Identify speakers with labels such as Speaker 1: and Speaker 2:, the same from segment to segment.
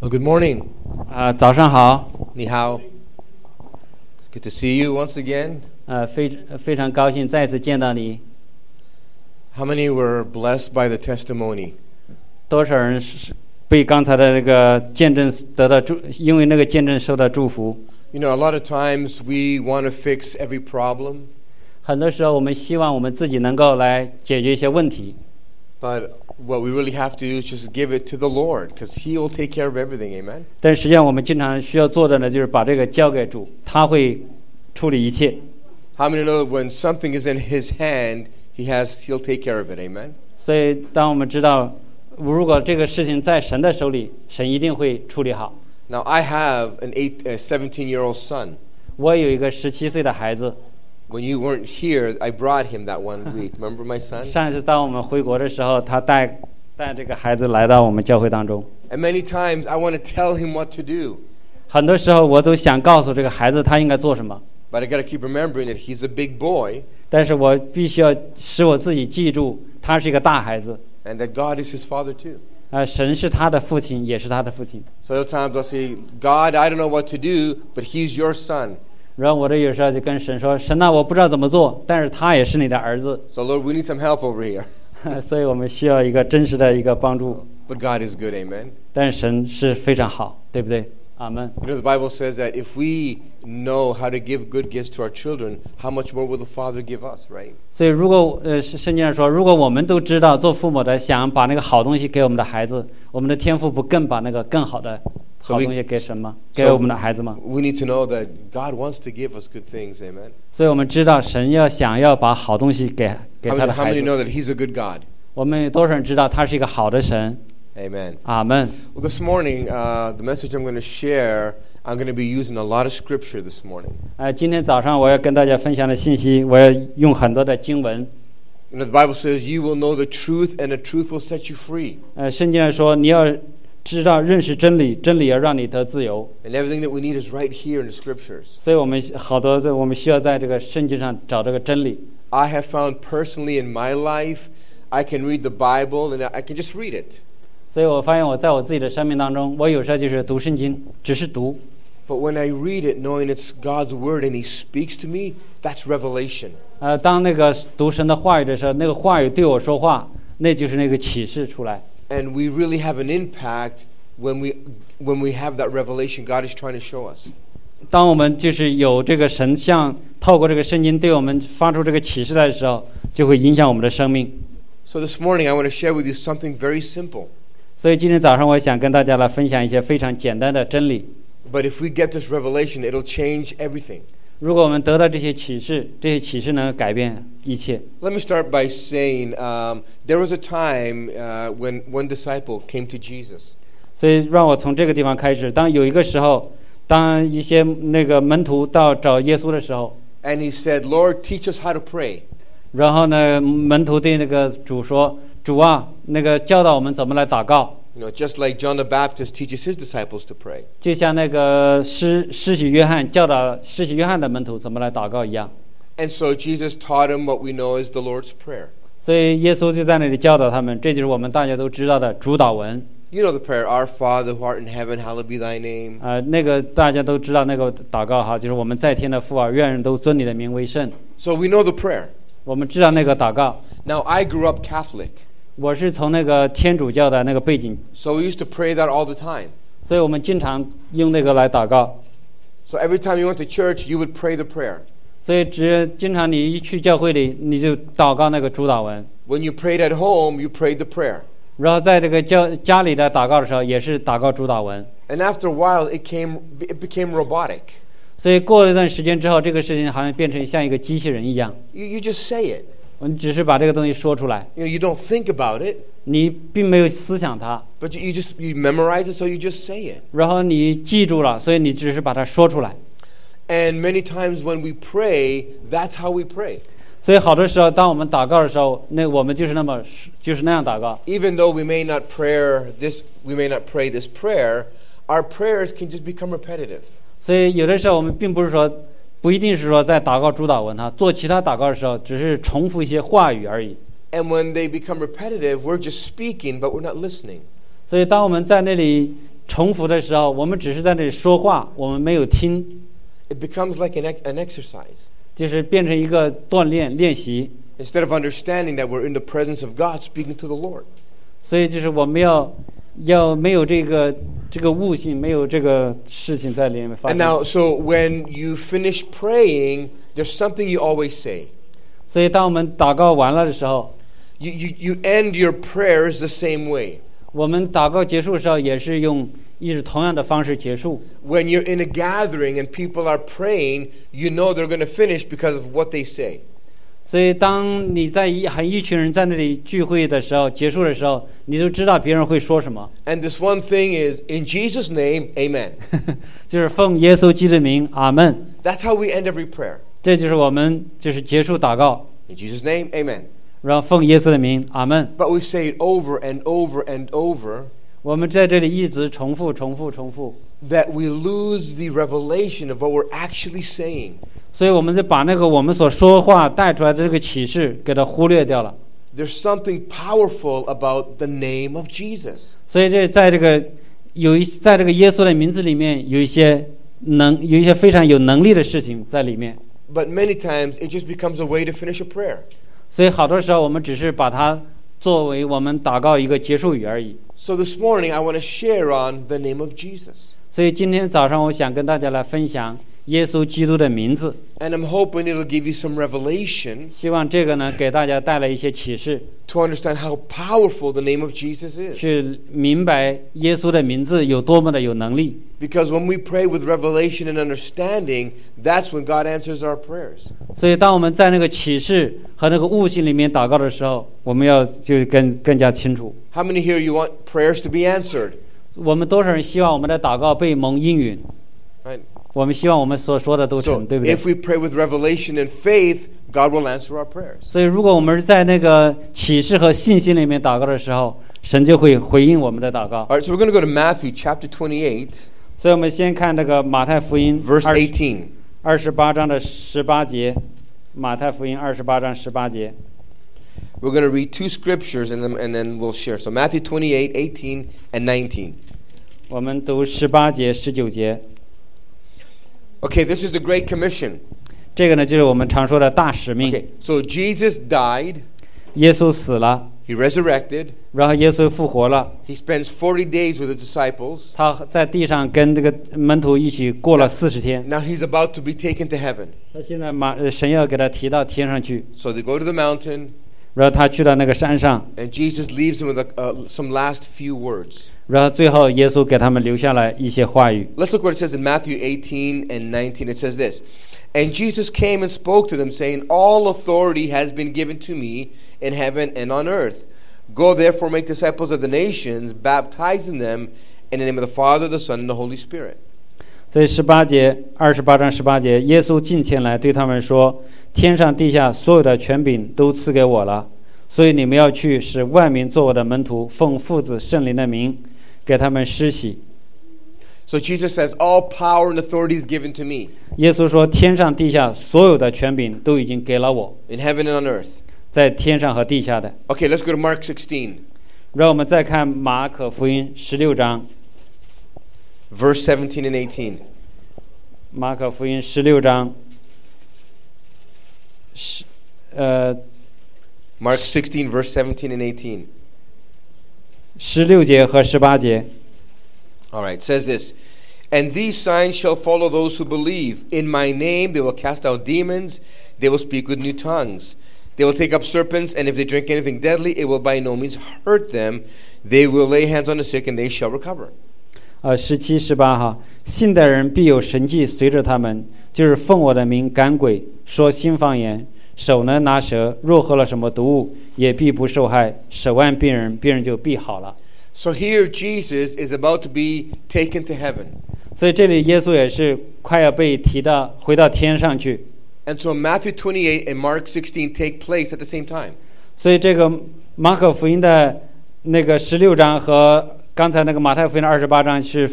Speaker 1: Well, good morning.
Speaker 2: 啊、早上好，
Speaker 1: Ni hao. It's good to see you once again.
Speaker 2: 呃，非非常高兴再次见到你。
Speaker 1: How many were blessed by the testimony?
Speaker 2: 多少人是被刚才的那个见证得到祝，因为那个见证受到祝福。
Speaker 1: You know, a lot of times we want to fix every problem,
Speaker 2: 很多时候，我们希望我们自己能够来解决一些问题，
Speaker 1: but what we really have to do is just give it to the Lord because He will take care of everything. Amen.
Speaker 2: 但实际上我们经常需要做的呢，就是把这个交给主，他会处理一切。
Speaker 1: How many know that when something is in His hand, He has He'll take care of it. Amen.
Speaker 2: 所以，当我们知道，如果这个事情在神的手里，神一定会处理好。
Speaker 1: Now I have an eight, a 17-year-old son.
Speaker 2: 我有一个十七岁的孩子，
Speaker 1: When you weren't here, I brought him that one week. Remember my son?
Speaker 2: 上一次当我们回国的时候，他带带这个孩子来到我们教会当中。
Speaker 1: And many times I want to tell him what to do.
Speaker 2: 很多时候我都想告诉这个孩子他应该做什么，
Speaker 1: But I got to keep remembering that he's a big boy
Speaker 2: 但是我必须要使我自己记住，他是一个大孩子，
Speaker 1: and that God is his father too.
Speaker 2: 啊、神是他的父亲，也是他的父亲。
Speaker 1: So there are times I'll say, God, I don't know what to do, but he's your son.
Speaker 2: 然后我这有时候就跟神说：“神呐、我不知道怎么做，但是他也是你的儿子，
Speaker 1: So, Lord, we need some help over here.
Speaker 2: 所以我们需要一个真实的一个帮助。
Speaker 1: But God is good, amen.
Speaker 2: 但是神是非常好，对不对？阿门。
Speaker 1: You know, the Bible says that if we know how to give good gifts to our children, how much more will the Father give us, right?
Speaker 2: 所以如果呃圣圣经上说，如果我们都知道做父母的想把那个好东西给我们的孩子，我们的天赋不更把那个更好的好
Speaker 1: we-
Speaker 2: 东西给神吗？
Speaker 1: so-
Speaker 2: 给我们的孩子吗？
Speaker 1: We need to know that God wants to give us good things, amen.
Speaker 2: 所以我们知道神要想要把好东西给给
Speaker 1: How
Speaker 2: 他
Speaker 1: many,
Speaker 2: 的
Speaker 1: how
Speaker 2: 孩
Speaker 1: many
Speaker 2: 子。
Speaker 1: know that he's a good God?
Speaker 2: 我们有多少人知道他是一个好的神？
Speaker 1: Amen.
Speaker 2: 阿门。
Speaker 1: Well, this morning, uh, the message I'm going to share, I'm going to be using a lot of scripture this morning.
Speaker 2: 呃，今天早上我要跟大家分享的信息，我要用很多的经文。
Speaker 1: You know, the Bible says, You will know the truth, and the truth will set you free.
Speaker 2: 呃，圣经上说，你要知道认识真理，真理要让你得自由。
Speaker 1: And everything that we need is right here in the scriptures.
Speaker 2: 所以我们好多的，我们需要在这个圣经上找这个真理。
Speaker 1: I have found personally in my life, I can read the Bible and I can just read it.
Speaker 2: 所以我发现我在我自己的生命当中，我有时候就是读圣经，只是读。
Speaker 1: But when I read it, knowing it's God's word and He speaks to me, that's revelation.
Speaker 2: 呃，当那个读神的话语的时候，那个话语对我说话，那就是那个启示出来。
Speaker 1: And we really have an impact when we, when we have that revelation God is trying to show us.
Speaker 2: 当我们就是有这个神像，透过这个圣经对我们发出这个启示来的时候，就会影响我们的生命。
Speaker 1: So this morning, I want to share with you something very simple.
Speaker 2: 所以今天早上，我想跟大家来分享一些非常简单的真理。
Speaker 1: But if we get this revelation, it'll change everything.
Speaker 2: 如果我们得到这些启示，这些启示能改变一切。
Speaker 1: Let me start by saying um, there was a time uh, when one disciple came to Jesus.
Speaker 2: 所以让我从这个地方开始。当有一个时候，当一些那个门徒到找耶稣的时候，
Speaker 1: And he said, Lord, teach us how to pray.
Speaker 2: 然后呢，门徒对那个主说：“主啊，那个教导我们怎么来祷告。
Speaker 1: You know, just like John the Baptist teaches his disciples to pray. ”
Speaker 2: 就像那个施施洗约翰教导施洗约翰的门徒怎么来祷告一样，
Speaker 1: And so Jesus taught him what we know is the Lord's Prayer.
Speaker 2: 所以耶稣就在那里教导他们，这就是我们大家都知道的主导文
Speaker 1: You know the prayer, Our Father who art in heaven, hallowed be thy name.
Speaker 2: 啊、呃那个大家都知道那个祷告哈，就是我们在天的父啊，愿人都尊你的名为圣。
Speaker 1: So we know the prayer.
Speaker 2: 我们知道那个祷告，
Speaker 1: Now, I grew up Catholic,
Speaker 2: 我是从那个天主教的那个背景
Speaker 1: so we used to pray that all the time.
Speaker 2: 所以我们经常用那个来祷告。
Speaker 1: So every time you went to church, you would pray the prayer.
Speaker 2: 所以只经常你一去教会里，你就祷告那个主导文，
Speaker 1: When you prayed at home, you prayed the prayer.
Speaker 2: 然后在这个教家里的祷告的时候，也是祷告主导文。
Speaker 1: And after a while, it, came, it became robotic.
Speaker 2: 所以过了一段时间之后，这个事情好像变成像一个机器人一样，
Speaker 1: You, you just say it.
Speaker 2: 我们只是把这个东西说出来，
Speaker 1: You know, you don't think about it,
Speaker 2: 你并没有思想它，
Speaker 1: but you, you just you memorize it, so you just say it.
Speaker 2: 然后你记住了，所以你只是把它说出来。
Speaker 1: And many times when we pray, that's how we pray.
Speaker 2: 所以好多时候，当我们祷告的时候，那我们就是那么就是那样祷告。
Speaker 1: Even though we may not prayer this, we may not pray this prayer. Our prayers can just become repetitive.
Speaker 2: 所以有的时候我们并不是说，不一定是说在祷告主导文哈，做其他祷告的时候，只是重复一些话语而已。
Speaker 1: And when they become repetitive, we're just speaking, but we're not listening.
Speaker 2: 所以当我们在那里重复的时候，我们只是在那里说话，我们没有听，
Speaker 1: It becomes like an, ec- an exercise.
Speaker 2: 就是变成一个锻炼练习。
Speaker 1: Instead of understanding that we're in the presence of God speaking to the Lord.
Speaker 2: 所以就是我们要要没有这个这个悟性，没有这个事情在里面发
Speaker 1: And
Speaker 2: 生。
Speaker 1: now, so when you finish praying, there's something you always say.
Speaker 2: 所以当我们祷告完了的时候，
Speaker 1: You, you, you end your prayers the same way.
Speaker 2: 我们祷告结束的时候也是用一直同样的方式结束。
Speaker 1: When you're in a gathering and people are praying, you know they're going to finish because of what they say.
Speaker 2: 所以当你在一很一群人在那里聚会的时候，结束的时候，你就知道别人会说什么，
Speaker 1: And this one thing is, in Jesus' name, amen.
Speaker 2: 就是奉耶稣基督的名，阿门。
Speaker 1: That's how we end every prayer.
Speaker 2: 这就是我们就是结束祷告，
Speaker 1: In Jesus' name, amen.
Speaker 2: 然后奉耶稣的名，阿门。
Speaker 1: But we say it over and over and over
Speaker 2: 我们在这里一直重复、重复、重复，
Speaker 1: that we lose the revelation of what we're actually saying.
Speaker 2: 所以我们就把那个我们所说话带出来的这个启示给它忽略掉了。
Speaker 1: There's something powerful about the name of Jesus.
Speaker 2: 所以这在这个有一在这个耶稣的名字里面有一些能有一些非常有能力的事情在里面。
Speaker 1: But many times it just becomes a way to finish a prayer.
Speaker 2: 所以好多时候我们只是把它作为我们祷告一个结束语而已。
Speaker 1: So this morning I want to share on the name of Jesus.
Speaker 2: 所以今天早上我想跟大家来分享耶稣基督的名字，
Speaker 1: And I'm hoping it'll give you some revelation
Speaker 2: 希望这个呢给大家带来一些启示，
Speaker 1: to understand how powerful the name of Jesus is.
Speaker 2: 去明白耶稣的名字有多么的有能力。
Speaker 1: Because when we pray with revelation and understanding, that's when God answers our prayers.
Speaker 2: 所以当我们在那个启示和那个悟性里面祷告的时候，我们要就更更加清楚。
Speaker 1: How many here you want prayers to be answered?
Speaker 2: 我们多少人希望我们的祷告被蒙应允？
Speaker 1: Right?
Speaker 2: 我们希望我们所说的都
Speaker 1: So
Speaker 2: 成，对不对
Speaker 1: if？we pray with revelation and faith, God will answer our prayers.
Speaker 2: 所以，如果我们是在那个启示和信心里面祷告的时候，神就会回应我们的祷告。
Speaker 1: All right, so we're going to go to Matthew chapter 28,
Speaker 2: 所以，我们先看这个马太福音
Speaker 1: verse
Speaker 2: 二
Speaker 1: 18.
Speaker 2: 二十八章的十八节，马太福音二十八章十八节。
Speaker 1: We're going to read two scriptures and then, and then we'll share. So Matthew 28, 18 and 19.
Speaker 2: 我们读十八节、十九节，
Speaker 1: Okay, this is the Great Commission.
Speaker 2: 这个呢就是我们常说的大使命
Speaker 1: Okay,。so Jesus died,
Speaker 2: 耶稣死了，
Speaker 1: he resurrected,
Speaker 2: 然后耶稣复活了，
Speaker 1: he spends 40 days with the disciples.
Speaker 2: 他在地上跟这个门徒一起过了四十天。
Speaker 1: Now he's about to be taken to heaven.
Speaker 2: 他现在马呃神要给他提到天上去，
Speaker 1: So they go to the mountain,
Speaker 2: 然后他去到那个山上，
Speaker 1: and Jesus leaves him with a, uh, some last few words.
Speaker 2: 然后最后耶稣给他们留下来一些话语。
Speaker 1: Let's look what it says in Matthew 18 and 19. It says this And Jesus came and spoke to them, saying, All authority has been given to me in heaven and on earth. Go therefore make disciples of the nations, baptizing them in the name of the Father, the Son, and the Holy Spirit.
Speaker 2: 所以十八节二十八章十八节，耶稣近前来对他们说：“天上地下所有的权柄都赐给我了，所以你们要去，使万民做我的门徒，奉父子圣灵的名，给他们施洗。
Speaker 1: So Jesus says, All power and authority is given to me ”
Speaker 2: 耶稣说：“天上地下所有的权柄都已经给了我，
Speaker 1: in heaven and on earth.
Speaker 2: 在天上和地下的。
Speaker 1: Okay, let's go to Mark 16, ”
Speaker 2: 让我们再看马可福音十六章。
Speaker 1: verse 17 and 18.
Speaker 2: 马可福音十六章，十呃
Speaker 1: Mark 16, verse 17 and 18.
Speaker 2: 十六节和十八节。
Speaker 1: All right, it says this. And these signs shall follow those who believe. In my name they will cast out demons, they will speak with new tongues. They will take up serpents, and if they drink anything deadly, it will by no means hurt them. They will lay hands on the sick, and they shall recover.
Speaker 2: 呃，十七、十八哈，信的人必有神迹随着他们，就是奉我的名赶鬼，说新方言，手能拿蛇，若喝了什么毒物，也必不受害，手按病人，病人就必好了。
Speaker 1: So here Jesus is about to be taken to heaven.
Speaker 2: 所以这里耶稣也是快要被提到回到天上去，
Speaker 1: And so Matthew 28 and Mark 16 take place at the same time.
Speaker 2: 所以这个马可福音的那个十六章和刚才那个马太福音的二十八章是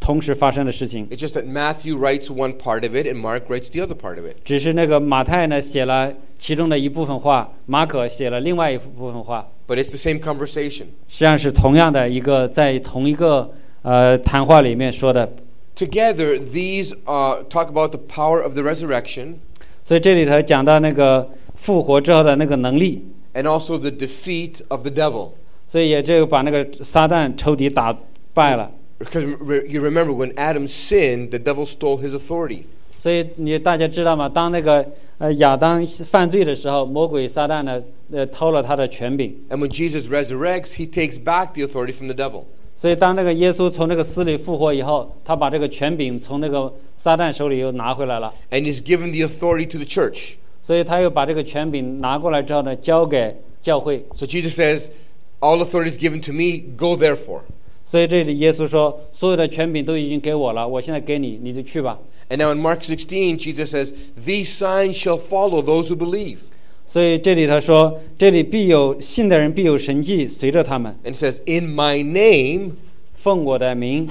Speaker 2: 同时发生的事情，
Speaker 1: It's just that Matthew writes one part of it, and Mark writes the other part of it.
Speaker 2: 只是那个马太呢写了其中的一部分话，马可写了另外一部分话，
Speaker 1: But it's the same conversation.
Speaker 2: 实际上是同样的一个在同一个呃谈话里面说的。
Speaker 1: Together, these uh, talk about the power of the resurrection
Speaker 2: 所以这里头讲到那个复活之后的那个能力，
Speaker 1: and also the defeat of the devil.
Speaker 2: 所以也就把那个撒旦仇敌打败了。
Speaker 1: Because re- you remember, when Adam sinned, the devil stole his authority.
Speaker 2: 所以你大家知道吗？当那个呃亚当犯罪的时候，魔鬼撒旦呢呃偷了他的权柄。
Speaker 1: And when Jesus resurrects, he takes back the authority from the devil.
Speaker 2: 所以当那个耶稣从那个死里复活以后，他把这个权柄从那个撒旦手里又拿回来了。
Speaker 1: And he's given the authority to the church.
Speaker 2: 所以他又把这个权柄拿过来之后呢，交给教会。
Speaker 1: So Jesus says, All authority is given to me, go therefore.
Speaker 2: 所以这里耶稣说，所有的权柄都已经给我了，我现在给你，你就去吧。
Speaker 1: And now in Mark 16, Jesus says, These signs shall follow those who believe.
Speaker 2: 所以这里他说，这里必有信的人必有神迹随着他们，
Speaker 1: And it says, In my name,
Speaker 2: 奉我的名，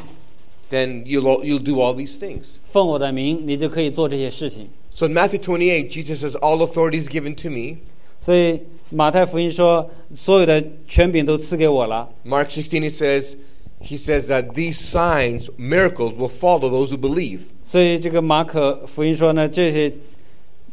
Speaker 1: then you'll, all- you'll do all these things.
Speaker 2: 奉我的名，你就可以做这些事情。
Speaker 1: So in Matthew 28, Jesus says, All authority is given to me.
Speaker 2: 所以马太福音说，所有的权柄都赐给我了。
Speaker 1: Mark 16, he says, He says that these signs, miracles, will follow those who believe.
Speaker 2: 所以这个马可福音说呢，这些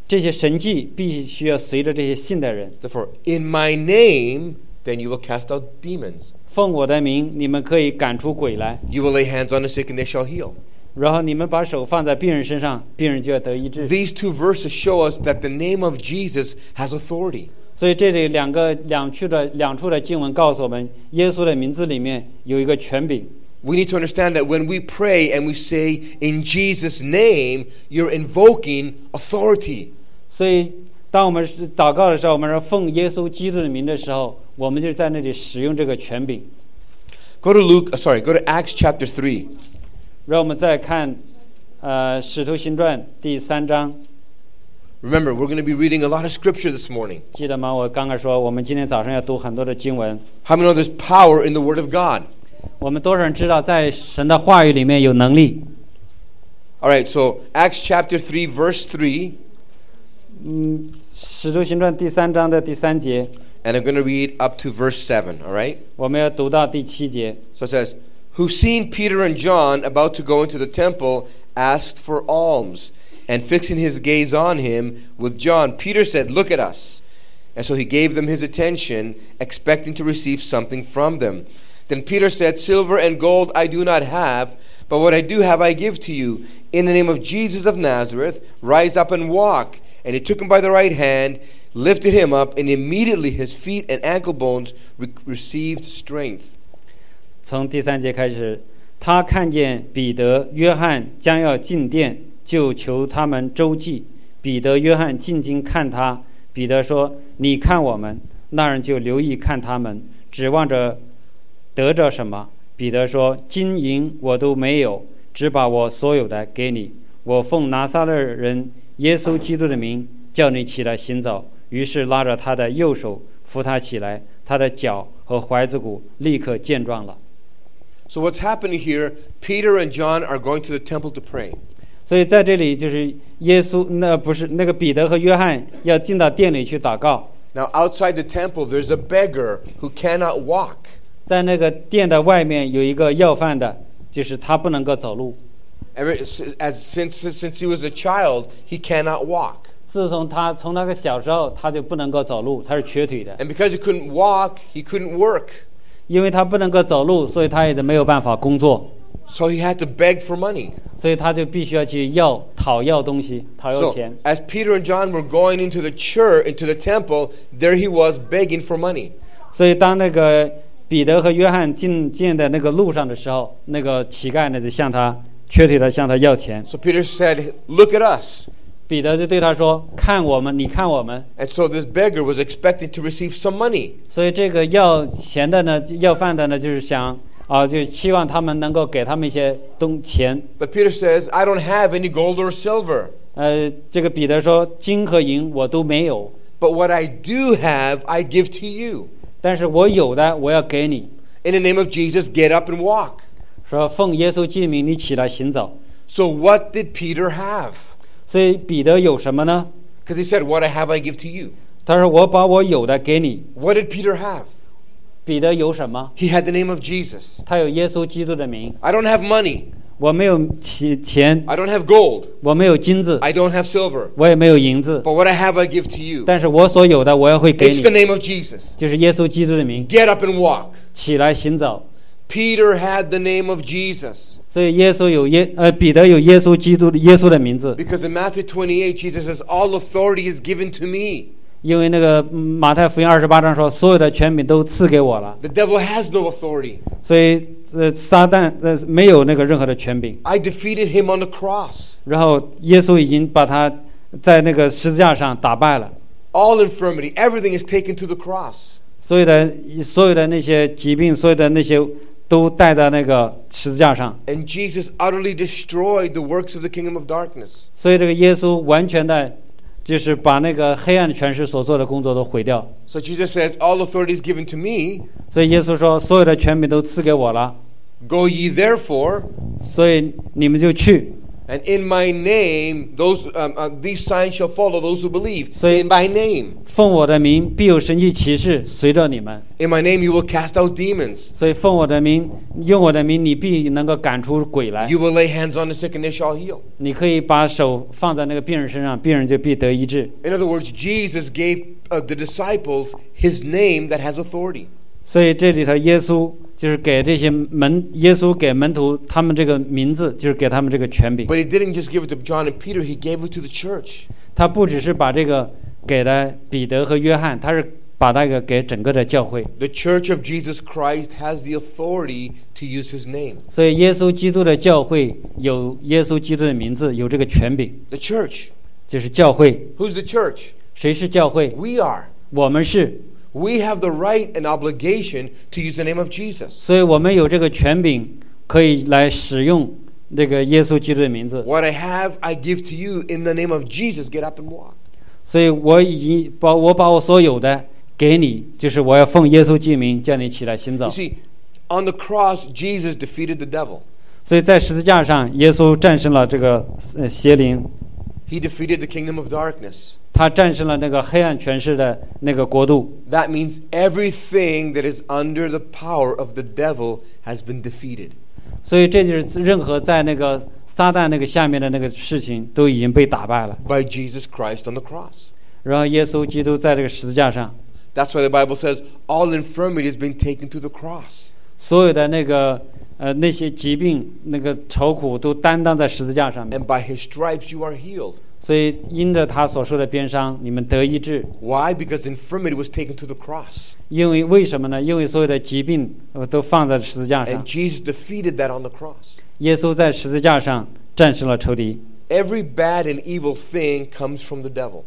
Speaker 2: 这些神迹必须要随着这些信的人，
Speaker 1: Therefore, in my name, then you will cast out demons.
Speaker 2: 奉我的名，你们可以赶出鬼来。
Speaker 1: You will lay hands on the sick and they shall heal.
Speaker 2: 然后你们把手放在病人身上，病人就要得医治。
Speaker 1: These two verses show us that the name of Jesus has authority.
Speaker 2: 所以这里两个两处的两处的经文告诉我们，耶稣的名字里面有一个权柄。
Speaker 1: We need to understand that when we pray and we say, in Jesus' name, you're invoking authority.
Speaker 2: 所以当我们是祷告的时候，我们说奉耶稣基督的名的时候，我们就在那里使用这个权柄。
Speaker 1: Go to Luke, uh, sorry, go to Acts chapter 3.
Speaker 2: 让我们再看，呃，《使徒行传》第三章，
Speaker 1: Remember, we're going to be reading a lot of scripture this morning.
Speaker 2: 记得吗？我刚刚说，我们今天早上要读很多的经文。
Speaker 1: How many know there's power in the Word of God?
Speaker 2: 我们多少人知道，在神的话语里面有能力？
Speaker 1: All right, so Acts chapter 3, verse 3,
Speaker 2: 嗯，《使徒行传》第三章的第三节，
Speaker 1: and I'm going to read up to verse 7, all right?
Speaker 2: 我们要读到第七节。
Speaker 1: So it says, Who seeing Peter and John about to go into the temple, asked for alms. And fixing his gaze on him with John, Peter said, Look at us. And so he gave them his attention, expecting to receive something from them. Then Peter said, Silver and gold I do not have, but what I do have I give to you. In the name of Jesus of Nazareth, rise up and walk. And he took him by the right hand, lifted him up, and immediately his feet and ankle bones re- received strength.
Speaker 2: 从第三节开始，他看见彼得、约翰将要进殿，就求他们周济。彼得、约翰进京看他，彼得说：“你看我们。”那人就留意看他们，指望着得着什么。彼得说：“金银我都没有，只把我所有的给你。我奉拿撒勒人耶稣基督的名叫你起来行走。”于是拉着他的右手扶他起来，他的脚和踝子骨立刻健壮了。
Speaker 1: So what's happening here? Peter and John are going to the temple to pray.
Speaker 2: 所以在这里就是耶稣，那不是那个彼得和约翰要进到店里去祷告，
Speaker 1: Now outside the temple, there's a beggar who cannot walk.
Speaker 2: 在那个店的外面有一个要饭的，就是他不能够走路。
Speaker 1: Ever, as since since he was a child, he cannot walk,
Speaker 2: 自从他从那个小时候他就不能够走路，他是瘸腿的，
Speaker 1: and because he couldn't walk, he couldn't work.
Speaker 2: 因为他不能够走路，所以他也就没有办法工作，
Speaker 1: So he had to beg for money.
Speaker 2: 所以他就必须要去要讨要东西，讨要
Speaker 1: So
Speaker 2: 钱。
Speaker 1: as Peter and John were going into the church, into the temple, there he was begging for money.
Speaker 2: 所以当那个彼得和约翰进进的那个路上的时候，那个乞丐呢就向他瘸腿的向他要钱，
Speaker 1: So Peter said, "Look at us."
Speaker 2: 彼得就对他说：“看我们，你看我们。
Speaker 1: And so this beggar was expecting to receive some money. ”
Speaker 2: 所以这个要钱的呢，要饭的呢，就是想啊，就期望他们能够给他们一些东钱。
Speaker 1: But Peter says, "I don't have any gold or silver."
Speaker 2: 呃，这个彼得说：“金和银我都没有，
Speaker 1: But what I do have, I give to you.
Speaker 2: 但是我有的我要给你。
Speaker 1: In the name of Jesus, get up and walk.
Speaker 2: 说奉耶稣之名，你起来行走。
Speaker 1: So, what did Peter have?
Speaker 2: 所以彼得有什么呢？
Speaker 1: Because he said, What I have, I give to you.
Speaker 2: 他说：“我把我有的给你。
Speaker 1: What did Peter have? ”
Speaker 2: 彼得有什么？
Speaker 1: He had the name of Jesus.
Speaker 2: 他有耶稣基督的名。
Speaker 1: I don't have money.
Speaker 2: 我没有钱钱，
Speaker 1: I don't have gold.
Speaker 2: 我没有金子，
Speaker 1: I don't have silver.
Speaker 2: 我也没有银子，
Speaker 1: But what I have, I give to you.
Speaker 2: 但是我所有的我要会给
Speaker 1: It's
Speaker 2: 你
Speaker 1: the，name of Jesus.
Speaker 2: 就是耶稣基督的名。
Speaker 1: Get up and walk.
Speaker 2: 起来行走。
Speaker 1: Peter had the name of Jesus.
Speaker 2: 所以耶稣有耶呃彼得有耶稣基督的耶稣的名字，
Speaker 1: Because in Matthew 28, Jesus says, All authority is given to me.
Speaker 2: 因为那个嗯马太福音二十八章说所有的权柄都赐给我了，
Speaker 1: The devil has no authority.
Speaker 2: 所以呃撒旦呃没有那个任何的权柄。
Speaker 1: I defeated him on the cross.
Speaker 2: 然后耶稣已经把他在那个十字架上打败了，
Speaker 1: All infirmity, everything is taken to the cross.
Speaker 2: 所有的所有的那些疾病，所有的那些都带在那个十字架上。
Speaker 1: And Jesus utterly destroyed the works of the kingdom of darkness.
Speaker 2: 所以这个耶稣完全的，就是把那个黑暗权势所做的工作都毁掉。
Speaker 1: So Jesus says, All authority is given to me.
Speaker 2: 所以耶稣说，所有的权柄都赐给我了。
Speaker 1: Go ye therefore,
Speaker 2: 所以你们就去，
Speaker 1: and in my name, those um, uh, these signs shall follow those who believe.
Speaker 2: So-
Speaker 1: in my name,
Speaker 2: 奉我的名必有神迹奇事随着你们。
Speaker 1: in my name, you will cast out demons.
Speaker 2: 所以奉我的名，用我的名，你必能够赶出鬼来。
Speaker 1: You will lay hands on the sick and they shall heal.
Speaker 2: 你可以把手放在那个病人身上，病人就必得医治。
Speaker 1: In other words, Jesus gave uh, the disciples his name that has authority.
Speaker 2: 所以这里头，耶稣就是给这些门，耶稣给门徒他们这个名字，就是给他们这个权柄。
Speaker 1: But he didn't just give it to John and Peter, he gave it to the church.
Speaker 2: 他不只是把这个给了彼得和约翰，他是把那个给整个的教会。
Speaker 1: The church of Jesus Christ has the authority to use his name.
Speaker 2: 所以，耶稣基督的教会有耶稣基督的名字，有这个权柄，
Speaker 1: The church.
Speaker 2: 就是教会。
Speaker 1: Who's the church?
Speaker 2: 谁是教会？
Speaker 1: We are.
Speaker 2: 我们是，
Speaker 1: We have the right and obligation to use the name of Jesus.
Speaker 2: 所以我们有这个权柄，可以来使用那个耶稣基督的名字。
Speaker 1: What I have, I give to you in the name of Jesus. Get up and walk.
Speaker 2: 所以我已经把我把我所有的给你，就是我要奉耶稣之名叫你起来行走
Speaker 1: You。see, on the cross, Jesus defeated the devil,
Speaker 2: 所以在十字架上，耶稣战胜了这个呃邪灵，
Speaker 1: he defeated the kingdom of darkness.
Speaker 2: 他战胜了那个黑暗权势的那个国度。
Speaker 1: That means everything that is under the power of the devil has been defeated.
Speaker 2: 所以这就是任何在那个撒旦那个下面的那个事情都已经被打败了。
Speaker 1: by Jesus Christ on the cross.
Speaker 2: 然后耶稣基督在这个十字架上，
Speaker 1: That's why the Bible says all infirmity has been taken to the cross.
Speaker 2: 所有的那个呃那些疾病、那个愁苦都担当在十字架上面，
Speaker 1: And by his stripes you are healed.
Speaker 2: 所以因着他所受的鞭伤，你们得医治。
Speaker 1: Why? Because infirmity was taken to the cross.
Speaker 2: 因为为什么呢？因为所有的疾病呃都放在十字架上
Speaker 1: And，Jesus defeated that on the cross.
Speaker 2: 耶稣在十字架上战胜了仇敌，
Speaker 1: Every bad and evil thing comes from the devil.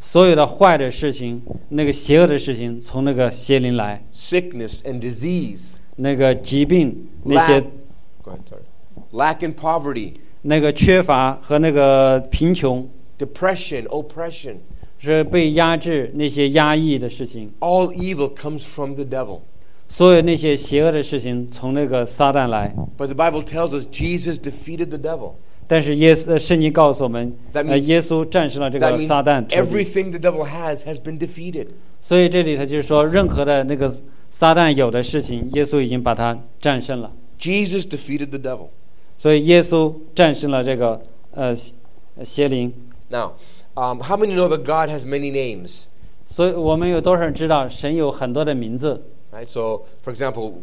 Speaker 2: 所有的坏的事情、那个邪恶的事情从那个邪灵来，
Speaker 1: Sickness and disease.
Speaker 2: 那个疾病那
Speaker 1: Lack,
Speaker 2: 些
Speaker 1: go ahead, sorry. Lack and poverty.
Speaker 2: 那个缺乏和那个贫穷
Speaker 1: Depression, oppression.
Speaker 2: 是被压制那些压抑的事情，
Speaker 1: All evil comes from the devil.
Speaker 2: 所有那些邪恶的事情从那个撒旦来。
Speaker 1: But the Bible tells us Jesus defeated the devil.
Speaker 2: 但是耶稣，呃圣经告诉我们，
Speaker 1: That
Speaker 2: 呃，
Speaker 1: means-
Speaker 2: 耶稣战胜了这
Speaker 1: That
Speaker 2: 个
Speaker 1: means
Speaker 2: 撒旦仇敌，
Speaker 1: everything the devil has has been defeated.
Speaker 2: 所以这里头就是说，任何的那个撒旦有的事情，耶稣已经把它战胜了。
Speaker 1: Jesus defeated the devil.
Speaker 2: 所以耶稣战胜了这个呃邪呃邪灵。
Speaker 1: Now, um, how many know that God has many names?
Speaker 2: 所以我们有多少人知道神有很多的名字？
Speaker 1: Right. So, for example,